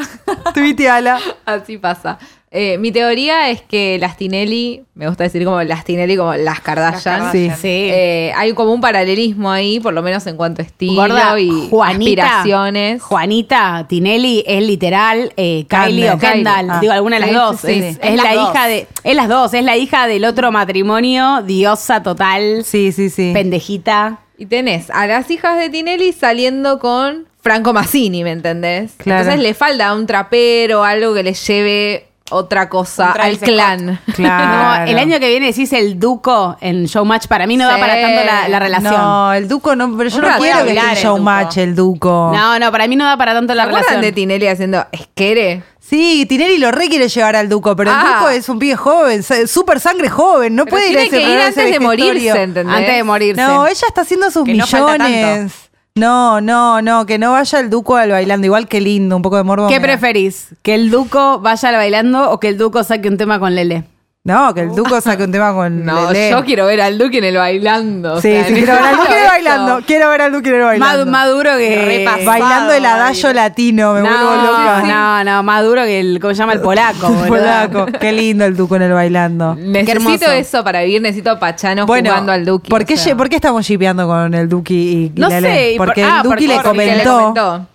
Speaker 1: Tuiteala.
Speaker 3: Así pasa. Eh, mi teoría es que las Tinelli, me gusta decir como las Tinelli, como las Kardashian.
Speaker 1: Sí.
Speaker 2: Sí.
Speaker 3: Eh, hay como un paralelismo ahí, por lo menos en cuanto a estilo
Speaker 2: Gorda,
Speaker 3: y
Speaker 2: Juanita,
Speaker 3: aspiraciones.
Speaker 2: Juanita Tinelli es literal eh, Kylie
Speaker 1: Kendall.
Speaker 2: o Kendall,
Speaker 1: Kylie. Ah.
Speaker 2: digo alguna de las
Speaker 3: Sí,
Speaker 2: dos.
Speaker 3: sí, sí.
Speaker 2: es es la
Speaker 3: Las dos.
Speaker 2: hija de, es las dos, es la hija del otro matrimonio, diosa total,
Speaker 1: Sí, sí, sí.
Speaker 2: pendejita.
Speaker 3: Y tenés a las hijas de Tinelli saliendo con Franco Massini, ¿me entendés?
Speaker 1: Claro.
Speaker 3: Entonces le falta un trapero, algo que les lleve otra cosa
Speaker 4: Un
Speaker 3: al
Speaker 4: Travis
Speaker 3: clan.
Speaker 1: Claro.
Speaker 2: No, el año que viene decís el Duco en Showmatch. Para mí no da
Speaker 3: Sí.
Speaker 2: para tanto la, la relación. No.
Speaker 1: No, el Duco no, pero yo
Speaker 3: Uno
Speaker 1: no
Speaker 3: puede
Speaker 1: quiero que
Speaker 3: bailar
Speaker 1: esté en
Speaker 3: el
Speaker 1: Showmatch
Speaker 3: Duco.
Speaker 1: el Duco.
Speaker 2: no, para mí no da para tanto
Speaker 3: ¿Se
Speaker 2: la
Speaker 3: acuerdan
Speaker 2: relación.
Speaker 3: de Tinelli haciendo esquere?
Speaker 1: Sí, Tinelli lo re quiere llevar al Duco, pero el
Speaker 3: Ah.
Speaker 1: Duco es un pibe joven, sa- súper sangre joven, no
Speaker 3: Pero
Speaker 1: puede ir a
Speaker 3: tiene
Speaker 1: ese
Speaker 3: que ir
Speaker 1: programa a hacer
Speaker 3: antes de
Speaker 1: vejestorio.
Speaker 3: morirse, ¿entendés?
Speaker 2: Antes de morirse.
Speaker 1: No, ella está haciendo sus
Speaker 4: Que no falta
Speaker 1: millones. No, no, no, que no vaya el Duco al bailando, igual que lindo, un poco de morbo.
Speaker 2: ¿Qué
Speaker 1: me da.
Speaker 2: preferís? ¿Que el Duco vaya al bailando o que el Duco saque un tema con Lele?
Speaker 1: No, que el Duco saque un tema con
Speaker 3: No,
Speaker 1: Lele.
Speaker 3: yo quiero ver al Duque en el bailando. o
Speaker 1: Sí,
Speaker 3: sea,
Speaker 1: sí,
Speaker 3: en
Speaker 1: quiero ver al
Speaker 3: ese
Speaker 1: Duque en el
Speaker 3: momento.
Speaker 1: bailando, quiero ver al Duque en el bailando.
Speaker 2: Más, más duro que.
Speaker 4: Repasado.
Speaker 1: bailando el adagio
Speaker 4: Ay.
Speaker 1: latino, me vuelvo loca.
Speaker 2: No, no, no, más duro que el. ¿Cómo se llama? El polaco. boluda.
Speaker 1: Polaco, qué lindo el Duco en el bailando.
Speaker 3: Necesito
Speaker 2: hermoso.
Speaker 3: eso para vivir, necesito a Pachano jugando al Duque.
Speaker 1: ¿por qué,
Speaker 3: o sea.
Speaker 1: ye- por qué estamos shipeando con el Duki y
Speaker 2: No
Speaker 1: Lele?
Speaker 2: sé, y por-
Speaker 1: Porque
Speaker 2: ah,
Speaker 1: el Duki
Speaker 2: porque-
Speaker 1: le
Speaker 2: porque
Speaker 1: comentó.
Speaker 3: Porque le comentó.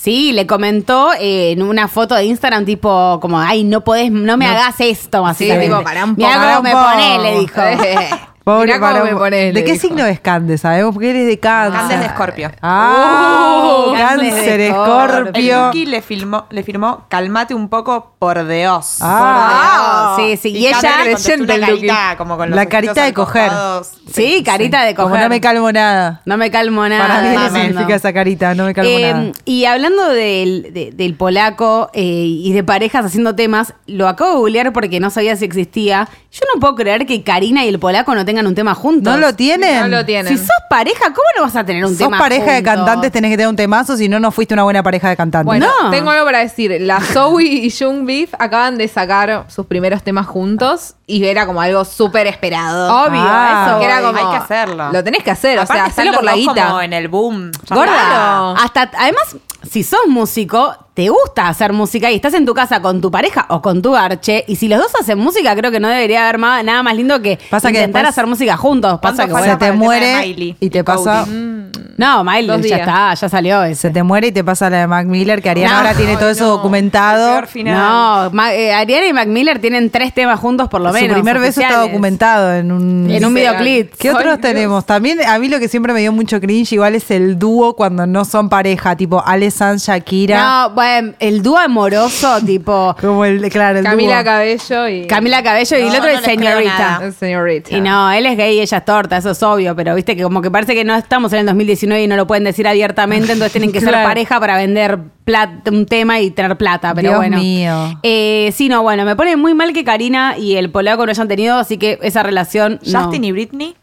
Speaker 2: Sí, le comentó eh, en una foto de Instagram, tipo, como, ay, no podés, no me hagas esto, así.
Speaker 3: Sí, tipo, pará un poco.
Speaker 2: Mirá
Speaker 1: pará
Speaker 2: cómo
Speaker 1: un
Speaker 2: me
Speaker 1: poco.
Speaker 2: ponés, le dijo.
Speaker 1: Pobre,
Speaker 3: Oh. Mirá cómo
Speaker 1: pará un
Speaker 3: me
Speaker 1: po-
Speaker 3: ponés,
Speaker 1: ¿De
Speaker 3: le
Speaker 1: qué
Speaker 3: dijo.
Speaker 1: signo es Cáncer? Sabemos porque eres de Cáncer.
Speaker 4: Antes de Escorpio.
Speaker 1: Ah,
Speaker 2: Uh,
Speaker 1: Cáncer,
Speaker 2: Cáncer de
Speaker 4: El
Speaker 1: Escorpio.
Speaker 4: Duki le, filmó, le firmó Calmate un poco por Dios.
Speaker 1: Ah.
Speaker 2: Sí, sí, y
Speaker 4: Cáncer
Speaker 2: ella-
Speaker 4: le contestó
Speaker 3: creyente
Speaker 4: una
Speaker 3: el Duki.
Speaker 4: carita como con los
Speaker 1: La carita
Speaker 4: ojitos
Speaker 1: de coger.
Speaker 4: encostados.
Speaker 2: Sí, carita de coger.
Speaker 1: Como no me calmo nada.
Speaker 2: No me calmo nada.
Speaker 1: Para mí no
Speaker 2: Tremendo.
Speaker 1: significa esa carita, no me calmo
Speaker 2: Eh,
Speaker 1: nada.
Speaker 2: Y hablando del, de- del polaco eh, y de parejas haciendo temas, lo acabo de googlear porque no sabía si existía. Yo no puedo creer que Karina y el polaco no tengan un tema juntos.
Speaker 1: ¿No lo tienen?
Speaker 3: No lo tienen.
Speaker 2: Si sos pareja, ¿cómo no vas a tener un
Speaker 1: Sos
Speaker 2: tema
Speaker 1: pareja de
Speaker 2: juntos?
Speaker 1: cantantes, tenés que tener un temazo, si no, no fuiste una buena pareja de cantantes.
Speaker 3: Bueno,
Speaker 2: No.
Speaker 3: tengo algo para decir. La Zoe y Jung Beef acaban de sacar sus primeros temas juntos y era como algo súper esperado.
Speaker 2: Obvio,
Speaker 1: Ah.
Speaker 2: eso.
Speaker 3: que era como,
Speaker 4: Hay que hacerlo.
Speaker 3: Lo tenés que hacer,
Speaker 4: Aparte
Speaker 3: o sea,
Speaker 4: están
Speaker 3: hacerlo
Speaker 4: los
Speaker 3: por la
Speaker 4: dos
Speaker 3: guita.
Speaker 4: Como en el boom. Ya
Speaker 3: Gorda.
Speaker 4: está.
Speaker 3: Claro.
Speaker 2: Hasta, además, si sos músico, te gusta hacer música y estás en tu casa con tu pareja o con tu garche, y si los dos hacen música, creo que no debería haber ma- nada más lindo que
Speaker 1: Pasa que
Speaker 2: intentar
Speaker 1: después-
Speaker 2: hacer música juntos. Pasa que,
Speaker 4: ¿Cuánto
Speaker 1: se te
Speaker 2: bueno,
Speaker 4: falta para el tema de
Speaker 1: muere
Speaker 4: Miley
Speaker 1: y te
Speaker 4: y
Speaker 1: pasa.
Speaker 2: no, Miley,
Speaker 3: Dos
Speaker 2: ya
Speaker 3: días.
Speaker 2: está, ya salió ese.
Speaker 1: Se te muere y te pasa la de Mac Miller, que Ariana
Speaker 2: No.
Speaker 1: ahora tiene todo
Speaker 4: Ay,
Speaker 1: eso
Speaker 4: no, el
Speaker 1: documentado.
Speaker 4: peor final.
Speaker 2: No, Ma- eh, Ariana y Mac Miller tienen tres temas juntos por lo
Speaker 1: Su
Speaker 2: menos.
Speaker 1: primer beso está
Speaker 2: oficiales.
Speaker 1: documentado en un,
Speaker 2: En un
Speaker 3: Literal.
Speaker 2: videoclip.
Speaker 1: ¿Qué otros
Speaker 3: Ay, Dios.
Speaker 1: tenemos? También a mí lo que siempre me dio mucho cringe igual es el dúo cuando no son pareja, tipo Ale San Shakira.
Speaker 2: No, bueno, el dúo amoroso, tipo
Speaker 1: Como el, claro, el
Speaker 3: Camila
Speaker 1: dúo.
Speaker 3: Cabello y
Speaker 2: Camila Cabello y el
Speaker 4: No,
Speaker 2: otro
Speaker 4: no
Speaker 2: es
Speaker 4: les creo
Speaker 2: señorita.
Speaker 4: nada.
Speaker 3: el señorita.
Speaker 2: Y no, él es gay y ella es torta, eso es obvio, pero viste que como que parece que no estamos en el 2019 y no lo pueden decir abiertamente, entonces tienen que ser
Speaker 1: Claro.
Speaker 2: pareja para vender plat- un tema y tener plata, pero
Speaker 1: Dios
Speaker 2: bueno.
Speaker 1: mío.
Speaker 2: Eh, sí, no, bueno, me pone muy mal que Karina y el polaco no hayan tenido, así que esa relación. no.
Speaker 4: Justin y Britney.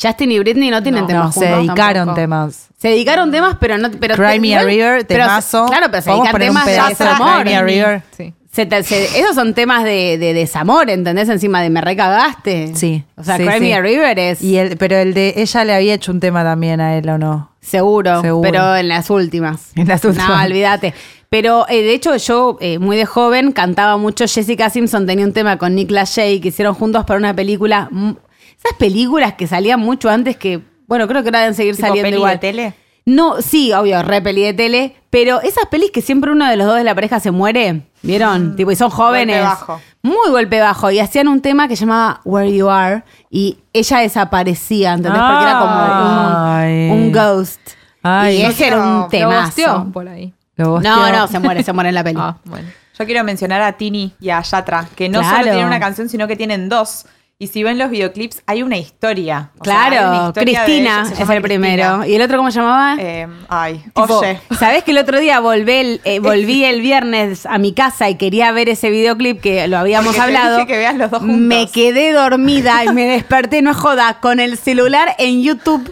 Speaker 2: Justin y Britney no tienen
Speaker 1: No,
Speaker 2: temas.
Speaker 1: se
Speaker 2: juntos
Speaker 1: dedicaron
Speaker 2: tampoco.
Speaker 1: temas.
Speaker 2: Se dedicaron temas, pero no. Pero
Speaker 1: Cry Me a
Speaker 2: igual-
Speaker 1: River,
Speaker 2: pero se-
Speaker 1: temazo.
Speaker 2: claro, pero se
Speaker 1: Podemos
Speaker 2: dedican
Speaker 1: poner un
Speaker 2: temas de
Speaker 1: pedazo de
Speaker 2: desamor.
Speaker 1: Cry Me a River.
Speaker 3: Sí.
Speaker 2: Se te- se- esos son temas de, de desamor, ¿entendés? Encima de me recagaste.
Speaker 1: Sí.
Speaker 2: O sea,
Speaker 1: sí,
Speaker 2: Cry
Speaker 1: sí.
Speaker 2: Me a River es
Speaker 1: Y el, pero el de ella le había hecho un tema también a él, ¿o no?
Speaker 2: seguro,
Speaker 1: Seguro.
Speaker 2: pero en las últimas.
Speaker 1: En las últimas.
Speaker 2: No, olvídate. Pero eh, de hecho yo, eh, muy de joven, cantaba mucho. Jessica Simpson tenía un tema con Nick Lachey que hicieron juntos para una película. mm, Esas películas que salían mucho antes que... Bueno, creo que ahora deben seguir
Speaker 4: Tipo
Speaker 2: saliendo
Speaker 4: peli
Speaker 2: igual.
Speaker 4: de tele.
Speaker 2: No, sí, obvio, re peli de tele, pero esas pelis que siempre uno de los dos de la pareja se muere, ¿vieron? Tipo, y son jóvenes.
Speaker 4: Mm, Golpe bajo.
Speaker 2: Muy golpe bajo. Y hacían un tema que llamaba Where You Are y ella desaparecía, ¿entendés? Porque era
Speaker 1: Ay.
Speaker 2: como un, un ghost.
Speaker 1: Ay.
Speaker 2: y ese era un
Speaker 3: Lo
Speaker 2: tema.
Speaker 3: bosteó por ahí.
Speaker 1: Lo
Speaker 2: No,
Speaker 1: bosteó.
Speaker 2: no, se muere, se muere en la peli.
Speaker 3: Ah, bueno.
Speaker 4: Yo quiero mencionar a Tini y a Yatra, que no
Speaker 2: Claro.
Speaker 4: solo tienen una canción, sino que tienen dos. Y si ven los videoclips, hay una historia. O sea, hay una
Speaker 2: Claro,
Speaker 4: historia de
Speaker 2: Cristina
Speaker 4: ellos, se
Speaker 2: es el
Speaker 4: llama Cristina.
Speaker 2: primero. ¿Y el otro cómo se llamaba?
Speaker 4: Eh, ay,
Speaker 2: Tipo,
Speaker 4: oye.
Speaker 2: ¿Sabés que el otro día volví el, eh, volví el viernes a mi casa y quería ver ese videoclip que lo habíamos
Speaker 4: Porque te
Speaker 2: hablado?
Speaker 4: dije que veas los dos juntos.
Speaker 2: Me quedé dormida y me desperté, no es joda, con el celular en YouTube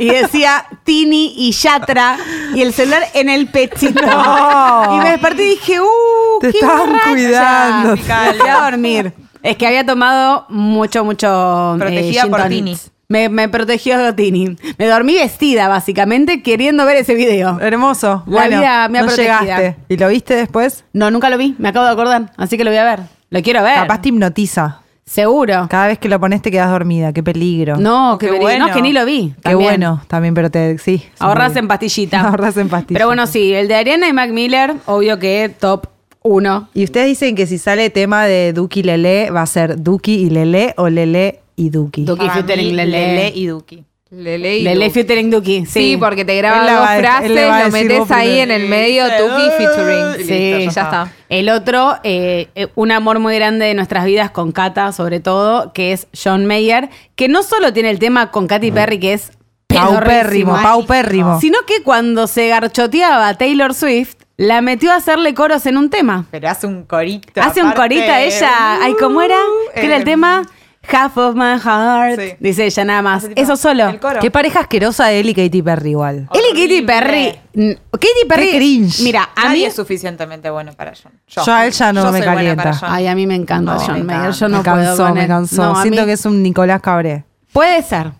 Speaker 2: y decía Tini y Yatra y el celular en el pechito.
Speaker 1: No.
Speaker 2: Y me desperté y dije, ¡uh!
Speaker 1: Te
Speaker 2: qué
Speaker 1: estaban
Speaker 2: borracha".
Speaker 1: cuidando.
Speaker 2: Me fui a dormir. Es que había tomado mucho, mucho. eh,
Speaker 4: Protegida
Speaker 2: gin
Speaker 4: por
Speaker 2: tonic.
Speaker 4: Tini.
Speaker 2: Me, me protegió Tini. Me dormí vestida, básicamente, queriendo ver ese video.
Speaker 1: Hermoso.
Speaker 2: La
Speaker 1: bueno,
Speaker 2: vida me ha
Speaker 1: no
Speaker 2: protegida.
Speaker 1: llegaste. ¿Y lo viste después?
Speaker 2: No, nunca lo vi, me acabo de acordar, así que lo voy a ver. Lo quiero ver.
Speaker 1: Capaz te hipnotiza.
Speaker 2: Seguro.
Speaker 1: Cada vez que lo pones te quedas dormida. Qué peligro.
Speaker 2: No, que,
Speaker 4: Oh, Qué
Speaker 2: peligro.
Speaker 4: bueno.
Speaker 2: No, que ni lo vi.
Speaker 1: Qué
Speaker 2: también.
Speaker 1: bueno también, pero te sí.
Speaker 2: Ahorras en
Speaker 1: pastillita.
Speaker 2: pastillita.
Speaker 1: Ahorras en pastillita.
Speaker 2: Pero bueno, sí, el de Ariana y Mac Miller, obvio que top uno.
Speaker 1: Y ustedes dicen que si sale tema de Duki y Lele, va a ser Duki Ah, y Lele o Lele y Duki.
Speaker 2: Duki
Speaker 4: Para
Speaker 2: featuring
Speaker 4: mí,
Speaker 2: Lele.
Speaker 4: Lele y Duki.
Speaker 3: Le leí.
Speaker 2: Le leí featuring Duki.
Speaker 3: Sí, porque te graba
Speaker 1: Él la
Speaker 3: dos
Speaker 1: va a- él le
Speaker 3: frases,
Speaker 1: va a
Speaker 3: lo
Speaker 1: decir
Speaker 3: metes
Speaker 1: vos
Speaker 3: ahí
Speaker 1: primero. "Eh,
Speaker 3: en el medio,
Speaker 1: Sí.
Speaker 3: Tuki featuring.
Speaker 1: Sí,
Speaker 3: Sí,
Speaker 1: ya
Speaker 3: ya
Speaker 1: está.
Speaker 3: está.
Speaker 2: El otro, eh, eh, un amor muy grande de nuestras vidas con Cata, sobre todo, que es John Mayer, que no solo tiene el tema con
Speaker 1: Mm.
Speaker 2: Katy Perry, que es
Speaker 1: Paupérrimo,
Speaker 2: pedorrísimo,
Speaker 1: paupérrimo.
Speaker 2: sino que cuando se garchoteaba a Taylor Swift, la metió a hacerle coros en un tema.
Speaker 4: Pero hace un corito.
Speaker 2: Hace un
Speaker 4: aparte,
Speaker 2: corita ella. Ay, ¿cómo era? ¿Qué era el
Speaker 4: eh,
Speaker 2: tema? Half of my heart.
Speaker 4: Sí.
Speaker 2: Dice ella nada más.
Speaker 4: Ese tipo,
Speaker 2: Eso solo.
Speaker 4: el coro.
Speaker 1: Qué pareja asquerosa él y Katy Perry igual.
Speaker 2: Él y Katy
Speaker 4: Horrible.
Speaker 2: Perry. n- Katy Perry.
Speaker 1: cringe.
Speaker 2: Mira, a
Speaker 4: Nadie
Speaker 2: mí.
Speaker 4: es suficientemente bueno para John.
Speaker 1: Yo a él ya no me
Speaker 4: soy buena
Speaker 1: calienta.
Speaker 4: para John.
Speaker 2: Ay, a mí me encanta
Speaker 4: No,
Speaker 2: John
Speaker 4: me
Speaker 2: Mayer.
Speaker 4: encanta.
Speaker 2: Oh, Yo no
Speaker 1: me
Speaker 2: puedo
Speaker 1: cansó,
Speaker 2: con
Speaker 1: me
Speaker 2: él.
Speaker 1: cansó.
Speaker 2: No, a
Speaker 1: Siento
Speaker 2: mí-
Speaker 1: que es un Nicolás Cabré.
Speaker 2: Puede ser.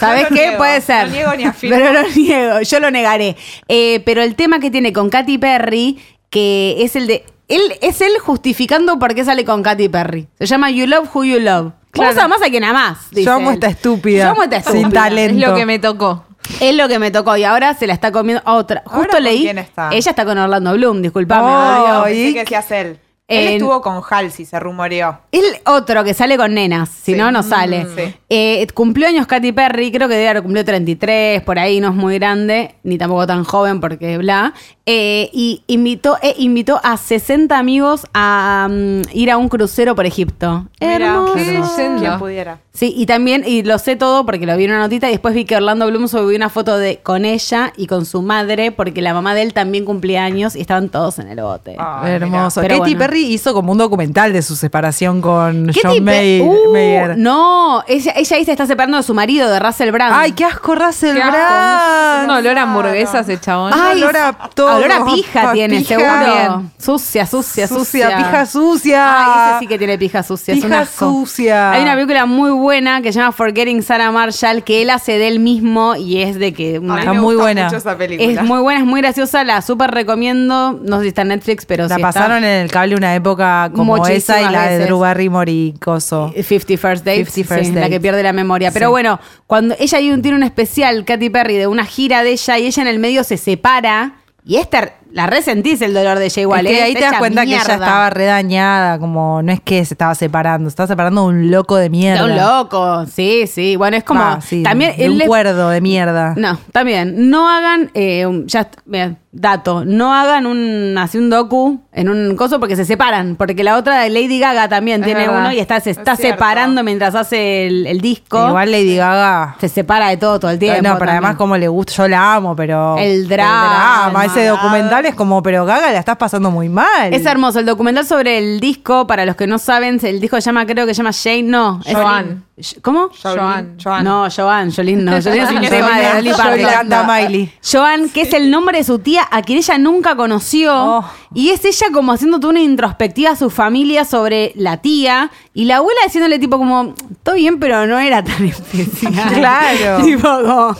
Speaker 2: ¿Sabes
Speaker 4: No lo
Speaker 2: qué?
Speaker 4: niego,
Speaker 2: Puede ser.
Speaker 4: no niego ni afirmo.
Speaker 2: Pero lo niego, yo lo negaré. Eh, pero el tema que tiene con Katy Perry, que es el de. Él, es él justificando por qué sale con Katy Perry. Se llama You Love Who You Love. Claro. Vos amás a quien amás. dice
Speaker 1: Yo amo
Speaker 2: él.
Speaker 1: esta estúpida.
Speaker 2: Yo amo esta
Speaker 1: Sin
Speaker 2: estúpida.
Speaker 1: talento.
Speaker 3: Es lo que me tocó.
Speaker 2: Es lo que me tocó y ahora se la está comiendo a otra.
Speaker 4: ¿Ahora
Speaker 2: Justo
Speaker 4: con
Speaker 2: leí.
Speaker 4: quién está?
Speaker 2: Ella está con Orlando Bloom, disculpame.
Speaker 1: Oh,
Speaker 4: No,
Speaker 1: y-
Speaker 4: pensé que decías él.
Speaker 2: En-
Speaker 4: Él estuvo con Halsey, se rumoreó.
Speaker 2: El otro que sale con nenas, si
Speaker 4: Sí. Mm,
Speaker 2: no, no sale.
Speaker 4: Sí.
Speaker 2: Eh, cumplió años Katy Perry, creo que debe haber cumplido 33, por ahí no es muy grande, ni tampoco tan joven porque bla. Eh, y invitó, eh, invitó a 60 amigos a mm, ir a un crucero por Egipto. Hermoso.
Speaker 4: qué
Speaker 3: hermoso.
Speaker 4: Quien pudiera.
Speaker 2: Sí, y también, y lo sé todo porque lo vi en una notita y después vi que Orlando Bloom subió una foto de con ella y con su madre porque la mamá de él también cumplía años y estaban todos en el bote.
Speaker 4: Ay,
Speaker 1: Hermoso.
Speaker 2: Pero
Speaker 1: Katy
Speaker 2: bueno.
Speaker 1: Perry hizo como un documental de su separación con
Speaker 2: ¿Qué
Speaker 1: John
Speaker 2: tipo-
Speaker 1: Mayer.
Speaker 2: Uh,
Speaker 1: Mayer.
Speaker 2: No, ella, ella ahí se está separando de su marido, de Russell Brand.
Speaker 1: Ay, qué asco Russell
Speaker 3: Qué asco.
Speaker 1: Brand.
Speaker 3: No, olor a hamburguesas ese chabón.
Speaker 1: Ah, olor a todo,
Speaker 2: olor a pija
Speaker 1: pa-
Speaker 2: tiene,
Speaker 1: pija.
Speaker 2: seguro. Sucia, sucia,
Speaker 1: Sucia,
Speaker 2: sucia.
Speaker 1: pija sucia.
Speaker 2: Ay, ese sí que tiene pija sucia. es un
Speaker 1: Pija
Speaker 2: asco.
Speaker 1: sucia.
Speaker 2: Hay una película muy buena que se llama Forgetting Sarah Marshall, que él hace de él mismo y es de que
Speaker 4: A mí
Speaker 2: una-
Speaker 1: Está
Speaker 4: me
Speaker 1: muy
Speaker 4: gusta
Speaker 1: buena.
Speaker 4: mucho esa película.
Speaker 2: es muy buena, es muy graciosa, la súper recomiendo. No sé si está en Netflix, pero
Speaker 1: La
Speaker 2: sí
Speaker 1: pasaron en el cable una época como
Speaker 2: Muchísimas
Speaker 1: esa y la de
Speaker 2: veces.
Speaker 1: Drew Barrymore y Coso.
Speaker 2: está. 50 First Dates,
Speaker 1: 50 First
Speaker 2: sí, la
Speaker 1: Dates.
Speaker 2: que pierde la memoria. Pero
Speaker 1: Sí.
Speaker 2: bueno, cuando ella hay un- tiene un especial, Katy Perry, de una gira de ella y ella en el medio se separa y esta la resentís el dolor de ella igual.
Speaker 1: Es que
Speaker 2: ¿eh?
Speaker 1: ahí te
Speaker 2: Está
Speaker 1: das
Speaker 2: hecha
Speaker 1: cuenta que
Speaker 2: mierda.
Speaker 1: ella estaba redañada, como no es que se estaba separando, se estaba separando de un loco de mierda.
Speaker 2: Está un loco, sí, sí. Bueno, es como
Speaker 1: Va, sí,
Speaker 2: también
Speaker 1: de
Speaker 2: él
Speaker 1: un
Speaker 2: le-
Speaker 1: cuerdo de mierda.
Speaker 2: No, también. No hagan, eh, un- ya, est- bien, dato, no hagan un, así un docu en un coso porque se separan, porque la otra de Lady Gaga también
Speaker 3: Es
Speaker 2: tiene
Speaker 3: verdad.
Speaker 2: uno y está, se
Speaker 4: Es
Speaker 2: está
Speaker 4: cierto.
Speaker 2: separando mientras hace el, el disco.
Speaker 1: Igual Lady Gaga.
Speaker 2: se separa de todo todo el tiempo.
Speaker 1: no, pero además
Speaker 2: también.
Speaker 1: como le gusta, yo la amo, pero...
Speaker 2: El drama.
Speaker 1: ese documental es como, pero Gaga la estás pasando muy mal.
Speaker 2: Es hermoso. El documental sobre el disco, para los que no saben, el disco se llama, creo que se llama Jane, no. es-
Speaker 3: Joan.
Speaker 2: ¿Cómo?
Speaker 3: Joan.
Speaker 4: Joan.
Speaker 2: No, Joan, Jolín no. Jolín es un
Speaker 4: Jolín
Speaker 2: tema de
Speaker 4: es-
Speaker 2: Dolly
Speaker 1: Yo
Speaker 2: Parton.
Speaker 1: le encanta a Miley.
Speaker 2: Joan, que es el nombre de su tía, a quien ella nunca conoció.
Speaker 1: Oh.
Speaker 2: Y es ella como haciendo toda una introspectiva a su familia sobre la tía. Y la abuela diciéndole tipo como, todo bien, pero no era tan especial.
Speaker 1: Claro.
Speaker 2: tipo como,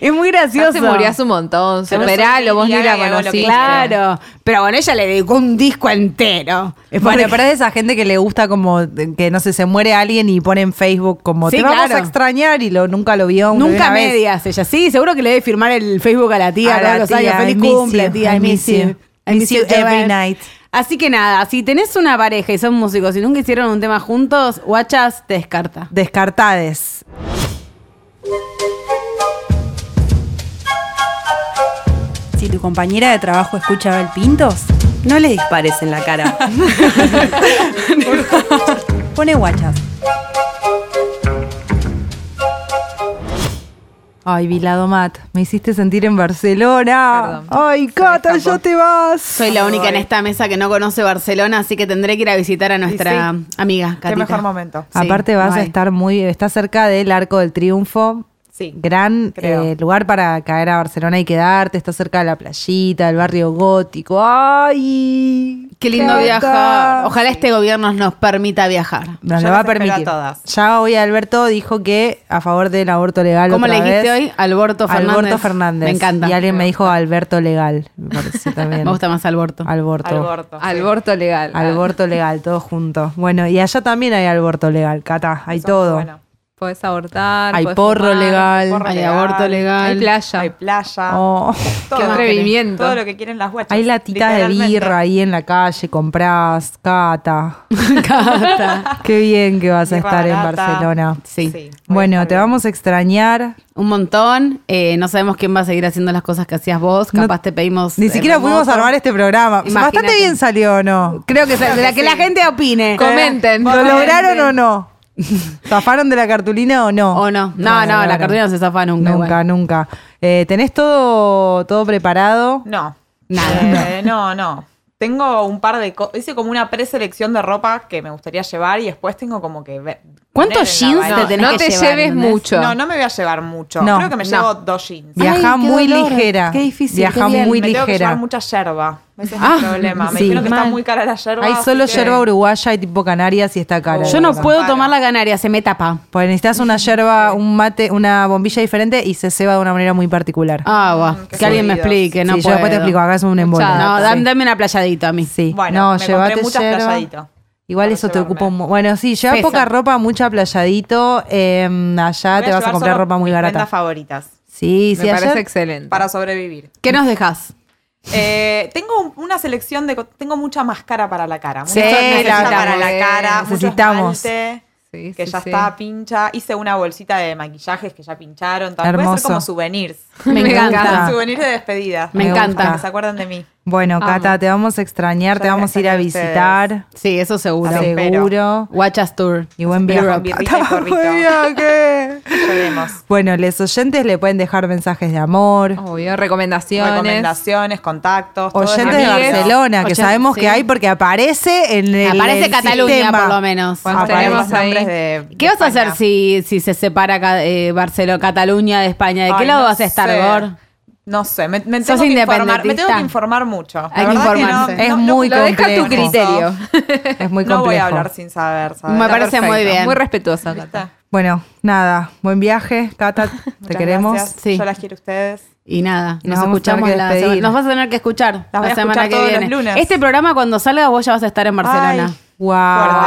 Speaker 2: es muy gracioso.
Speaker 3: Se murió hace un montón. Superalo, vos ni la
Speaker 4: Hago lo que
Speaker 3: conociste.
Speaker 2: Claro. Pero bueno, ella le dedicó un disco entero.
Speaker 1: Bueno,
Speaker 2: Porque-
Speaker 1: pero es de esa gente que le gusta como de- que no sé, se muere alguien y pone en Facebook como
Speaker 2: Sí,
Speaker 1: te vamos
Speaker 2: claro.
Speaker 1: a extrañar y lo nunca lo vio. lo vio
Speaker 2: Nunca
Speaker 1: una vez.
Speaker 2: medias ella. Sí, seguro que le debe firmar el Facebook a la tía
Speaker 1: A
Speaker 2: todos
Speaker 1: la
Speaker 2: los
Speaker 1: tía,
Speaker 2: años.
Speaker 1: I
Speaker 2: Feliz
Speaker 1: miss
Speaker 2: cumple,
Speaker 1: you,
Speaker 2: tía. I miss you. I miss you
Speaker 1: every
Speaker 2: Joan.
Speaker 1: night.
Speaker 2: Así que nada, si tenés una pareja y son músicos y nunca hicieron un tema juntos, guachas te descarta.
Speaker 1: Descartades.
Speaker 5: Si tu compañera de trabajo escucha el Pintos, no le dispares en la cara. Pone guachas.
Speaker 1: Ay, Vilado Mat, me hiciste sentir en Barcelona.
Speaker 3: Perdón.
Speaker 1: Ay, Cata, ya te vas.
Speaker 2: Soy la única en esta mesa que no conoce Barcelona, así que tendré que ir a visitar a nuestra
Speaker 4: sí.
Speaker 2: amiga,
Speaker 4: Qué
Speaker 2: Catita.
Speaker 4: mejor momento.
Speaker 2: Sí,
Speaker 1: Aparte vas a
Speaker 2: bye.
Speaker 1: estar muy, está cerca del Arco del Triunfo.
Speaker 4: Sí.
Speaker 1: Gran
Speaker 4: creo.
Speaker 1: eh, lugar para caer a Barcelona y quedarte. Está cerca de la playita, del barrio gótico. ¡Ay!
Speaker 2: Qué lindo
Speaker 1: Cata.
Speaker 2: viajar. Ojalá este gobierno nos permita viajar.
Speaker 1: Nos
Speaker 4: Yo
Speaker 1: lo va a
Speaker 4: las espero a
Speaker 1: permitir.
Speaker 4: todas.
Speaker 1: Ya hoy Alberto dijo que a favor del aborto legal.
Speaker 2: ¿Cómo
Speaker 1: otra
Speaker 2: le dijiste
Speaker 1: vez.
Speaker 2: hoy? Alberto Fernández.
Speaker 1: Alberto Fernández.
Speaker 2: Me encanta.
Speaker 1: Y alguien me dijo Alberto legal. Me parece también.
Speaker 2: Me gusta más Alberto.
Speaker 1: Alborto.
Speaker 4: Alborto. sí.
Speaker 3: Alborto legal.
Speaker 1: Alborto legal, todo junto. Bueno, y allá también hay alborto legal, Cata. Hay
Speaker 4: Eso es muy
Speaker 1: todo.
Speaker 4: bueno.
Speaker 3: Podés abortar.
Speaker 1: Hay
Speaker 3: podés
Speaker 1: porro
Speaker 3: fumar,
Speaker 1: legal.
Speaker 4: porro
Speaker 2: Hay aborto legal.
Speaker 3: Hay playa.
Speaker 4: Hay playa.
Speaker 1: Oh.
Speaker 4: Todo
Speaker 3: Qué
Speaker 4: lo que-
Speaker 3: atrevimiento.
Speaker 4: Todo lo que quieren las guachas.
Speaker 1: Hay latitas de
Speaker 4: literalmente.
Speaker 1: birra ahí en la calle, comprás, cata.
Speaker 2: Cata.
Speaker 1: Qué bien que vas a
Speaker 4: Birra
Speaker 1: estar en
Speaker 4: barata.
Speaker 1: Barcelona.
Speaker 2: Sí.
Speaker 4: Sí.
Speaker 1: Bueno, te vamos a extrañar.
Speaker 2: Un montón. Eh, no sabemos quién va a seguir haciendo las cosas que hacías vos.
Speaker 1: No-
Speaker 2: Capaz te pedimos.
Speaker 1: Ni siquiera pudimos armar este programa.
Speaker 2: Imagínate.
Speaker 1: Bastante bien salió, ¿o ¿no?
Speaker 2: Creo que, la, que la gente opine.
Speaker 3: Comenten.
Speaker 1: ¿Lo lograron o no? ¿Zafaron de la cartulina o no?
Speaker 2: O no. No, no, la
Speaker 1: lograron.
Speaker 2: cartulina no se zafa nunca,
Speaker 1: Nunca,
Speaker 2: igual.
Speaker 1: nunca. Eh, ¿Tenés todo, todo preparado?
Speaker 4: No.
Speaker 2: Nada.
Speaker 4: Eh, no, no. Tengo un par de. co- Hice como una preselección de ropa que me gustaría llevar y después tengo como que. ve-
Speaker 2: ¿Cuántos
Speaker 4: poner en la
Speaker 2: jeans
Speaker 4: balanza.
Speaker 2: te tenés
Speaker 3: no
Speaker 2: que
Speaker 3: te
Speaker 2: llevar,
Speaker 3: lleves
Speaker 2: ¿entendés?
Speaker 3: mucho.
Speaker 4: No, no me voy a llevar mucho.
Speaker 1: No,
Speaker 4: Creo que me
Speaker 3: no.
Speaker 4: llevo dos jeans.
Speaker 1: Viajá
Speaker 2: Ay, qué
Speaker 1: muy
Speaker 2: dolor.
Speaker 1: ligera.
Speaker 2: Qué difícil,
Speaker 1: Viajá
Speaker 2: qué bien.
Speaker 1: muy
Speaker 4: me tengo que
Speaker 1: ligera.
Speaker 4: llevar mucha yerba. Ese es
Speaker 2: Ah,
Speaker 4: el problema. Me
Speaker 1: sí.
Speaker 4: dijeron que
Speaker 2: Mal.
Speaker 4: está muy cara la yerba.
Speaker 1: Hay
Speaker 4: así
Speaker 1: solo
Speaker 4: que-
Speaker 1: yerba uruguaya y tipo canarias y está cara.
Speaker 2: Yo
Speaker 1: la
Speaker 2: no
Speaker 1: verdad.
Speaker 2: puedo tomar la canaria, se me tapa.
Speaker 1: Porque necesitas una yerba, un mate, una bombilla diferente y se ceba de una manera muy particular.
Speaker 2: Ah, va.
Speaker 4: Mm, qué
Speaker 2: que alguien me
Speaker 4: jodidos.
Speaker 2: explique, no
Speaker 1: Sí, yo
Speaker 2: puedo.
Speaker 1: después te explico, acá es un embole.
Speaker 2: No,
Speaker 1: Sí.
Speaker 2: dam- dame una playadita a mí.
Speaker 1: Sí.
Speaker 4: Bueno,
Speaker 1: no,
Speaker 4: me
Speaker 1: llévate
Speaker 4: compré muchas
Speaker 1: yerba. Ah,
Speaker 4: playadito.
Speaker 1: Igual
Speaker 4: para
Speaker 1: eso te
Speaker 4: llevarme.
Speaker 1: ocupa un... mo- Bueno, sí, lleva
Speaker 2: Pesa.
Speaker 1: poca ropa, mucha playadito. eh, allá
Speaker 4: Voy
Speaker 1: te vas a
Speaker 4: llevar
Speaker 1: comprar
Speaker 4: solo
Speaker 1: ropa muy
Speaker 4: mis
Speaker 1: barata.
Speaker 4: prendas favoritas
Speaker 1: Sí, sí,
Speaker 3: Me parece
Speaker 1: ayer-
Speaker 3: excelente.
Speaker 4: para sobrevivir.
Speaker 2: ¿Qué nos dejas?
Speaker 4: Eh, tengo un- una selección de. co- Tengo mucha máscara para la cara.
Speaker 1: Sí,
Speaker 4: mucha
Speaker 1: la-
Speaker 4: mascarilla para la cara. mucho
Speaker 1: necesitamos.
Speaker 4: esmalte,
Speaker 3: Sí,
Speaker 4: que
Speaker 3: sí,
Speaker 4: ya
Speaker 3: sí.
Speaker 4: está pincha. Hice una bolsita de maquillajes que ya pincharon. Tal. Puede
Speaker 1: Hermoso.
Speaker 4: ser como souvenirs.
Speaker 2: Me encanta.
Speaker 4: Como souvenirs de despedida.
Speaker 2: Me Me encanta. gusta.
Speaker 4: Que se acuerdan de mí.
Speaker 1: Bueno, Cata, te vamos a extrañar,
Speaker 4: Ya
Speaker 1: te vamos a ir a
Speaker 4: gracias a
Speaker 1: visitar,
Speaker 2: Sí, eso seguro.
Speaker 4: Las espero.
Speaker 1: seguro.
Speaker 2: Watchas Tour.
Speaker 1: Y buen viaje.
Speaker 4: Con birrita y
Speaker 1: Cata,
Speaker 4: porrito.
Speaker 1: buen viaje.
Speaker 4: Lloremos.
Speaker 1: Bueno, los oyentes le pueden dejar mensajes de amor.
Speaker 3: Obvio, recomendaciones.
Speaker 4: Recomendaciones, contactos. todo
Speaker 1: Oyentes
Speaker 4: eso.
Speaker 1: de
Speaker 3: amigues.
Speaker 1: Barcelona, que
Speaker 2: Oyen-
Speaker 1: sabemos
Speaker 2: sí.
Speaker 1: que hay porque aparece en el
Speaker 2: Aparece
Speaker 1: el
Speaker 2: Cataluña,
Speaker 1: sistema.
Speaker 2: por lo menos.
Speaker 4: Bueno,
Speaker 1: Aparece.
Speaker 4: tenemos
Speaker 3: ahí.
Speaker 4: nombres de-
Speaker 2: ¿Qué
Speaker 4: de
Speaker 2: vas a hacer
Speaker 4: España.
Speaker 2: si, si se separa ca- eh, Barcelona, Cataluña de España? ¿De qué
Speaker 4: Ay,
Speaker 2: lado
Speaker 4: no
Speaker 2: vas a estar,
Speaker 4: sé.
Speaker 2: Gor?
Speaker 4: No sé, me, me
Speaker 2: Sos
Speaker 4: tengo que informar, me
Speaker 2: independentista.
Speaker 4: tengo que informar mucho. La
Speaker 2: Hay que
Speaker 4: verdad
Speaker 2: informarse.
Speaker 1: Es muy
Speaker 4: lo dejo
Speaker 1: complejo. Es muy complejo.
Speaker 4: No voy a hablar sin saber, ¿sabes?
Speaker 2: Me
Speaker 3: Está
Speaker 2: parece muy bien.
Speaker 3: Muy respetuosa, Cata.
Speaker 4: Está.
Speaker 1: Bueno, nada, buen viaje, Cata, te
Speaker 4: Muchas
Speaker 1: queremos.
Speaker 4: gracias.
Speaker 2: Sí.
Speaker 4: Yo las quiero a ustedes.
Speaker 2: Y nada,
Speaker 1: Nos vamos
Speaker 2: nos,
Speaker 1: a
Speaker 2: escuchamos
Speaker 1: tener que
Speaker 2: la
Speaker 1: despedir.
Speaker 2: semana- Nos vas a tener que escuchar
Speaker 4: Las voy
Speaker 2: la
Speaker 4: a
Speaker 2: semana
Speaker 4: escuchar
Speaker 2: que
Speaker 4: todos los
Speaker 2: viene.
Speaker 4: lunes.
Speaker 2: Este programa cuando salga vos ya vas a estar en Barcelona.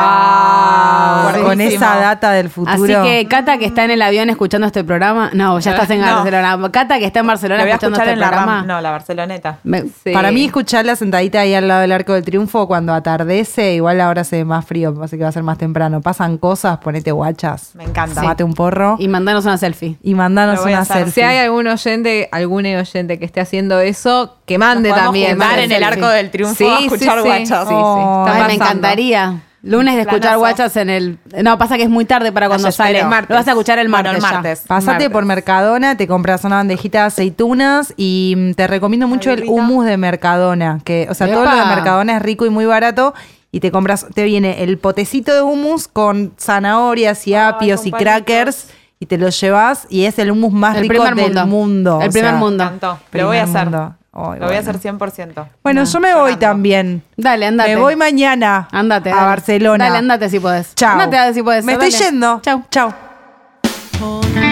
Speaker 1: Wow,
Speaker 4: Fuerte.
Speaker 1: con
Speaker 4: Fuertísimo.
Speaker 1: esa data del futuro.
Speaker 2: Así que Cata que está en el avión escuchando este programa, no, ya estás en
Speaker 4: No.
Speaker 2: Barcelona. Cata que está en
Speaker 4: Lo
Speaker 2: Barcelona
Speaker 4: voy a
Speaker 2: escuchando este
Speaker 4: escuchar en la
Speaker 2: programa.
Speaker 4: RAM. No, la Barceloneta.
Speaker 2: Me-
Speaker 1: Para mí escucharla sentadita ahí al lado del Arco del Triunfo cuando atardece, igual ahora se ve más frío, así que va a ser más temprano. Pasan cosas, ponete guachas.
Speaker 4: Me encanta.
Speaker 1: Mate un porro
Speaker 2: Y mandanos una selfie.
Speaker 1: y, mandanos
Speaker 4: Lo voy a
Speaker 1: una
Speaker 4: hacer.
Speaker 1: selfie.
Speaker 3: Si hay algún oyente, algún oyente que esté haciendo eso, que mande
Speaker 4: Nos podemos
Speaker 3: también.
Speaker 4: juntar
Speaker 3: Mande
Speaker 4: en el
Speaker 3: selfie.
Speaker 4: Arco del Triunfo a escuchar guachas.
Speaker 3: Sí, sí.
Speaker 1: Oh,
Speaker 3: Está
Speaker 2: Ay,
Speaker 3: pasando.
Speaker 2: me encantaría. Lunes de escuchar
Speaker 4: Planazo.
Speaker 2: guachas en el. No, pasa que es muy tarde para cuando
Speaker 4: Las
Speaker 2: sale.
Speaker 4: espero.
Speaker 2: Lo vas a escuchar el
Speaker 4: Bueno,
Speaker 2: martes.
Speaker 4: el
Speaker 2: ya.
Speaker 4: martes.
Speaker 1: Pasate
Speaker 4: Martes.
Speaker 1: por Mercadona, te compras una bandejita de aceitunas y mm, te recomiendo mucho el hummus de Mercadona, que, o sea, todo lo de
Speaker 2: ¡Epa!
Speaker 1: Mercadona es rico y muy barato y te compras, te viene el potecito de hummus con zanahorias y apios y
Speaker 4: con
Speaker 1: crackers y te lo llevas y es el hummus más
Speaker 2: El
Speaker 1: rico
Speaker 2: primer
Speaker 1: del
Speaker 2: mundo.
Speaker 1: mundo. o
Speaker 2: El primer
Speaker 1: sea,
Speaker 2: mundo.
Speaker 4: Me encantó. Lo voy a
Speaker 1: primer
Speaker 4: hacer.
Speaker 1: mundo. Ay,
Speaker 4: Lo voy a
Speaker 1: bueno.
Speaker 4: hacer 100%.
Speaker 1: Bueno, yo me voy
Speaker 4: llorando.
Speaker 1: también.
Speaker 2: Dale, andate.
Speaker 1: Me voy mañana
Speaker 2: Andate.
Speaker 1: a
Speaker 2: dale.
Speaker 1: Barcelona.
Speaker 2: Dale, andate si podés.
Speaker 1: Chao.
Speaker 2: Andate a ver si podés.
Speaker 1: Me estoy
Speaker 2: Dale.
Speaker 1: yendo.
Speaker 2: Chau.
Speaker 1: Chau.
Speaker 7: Con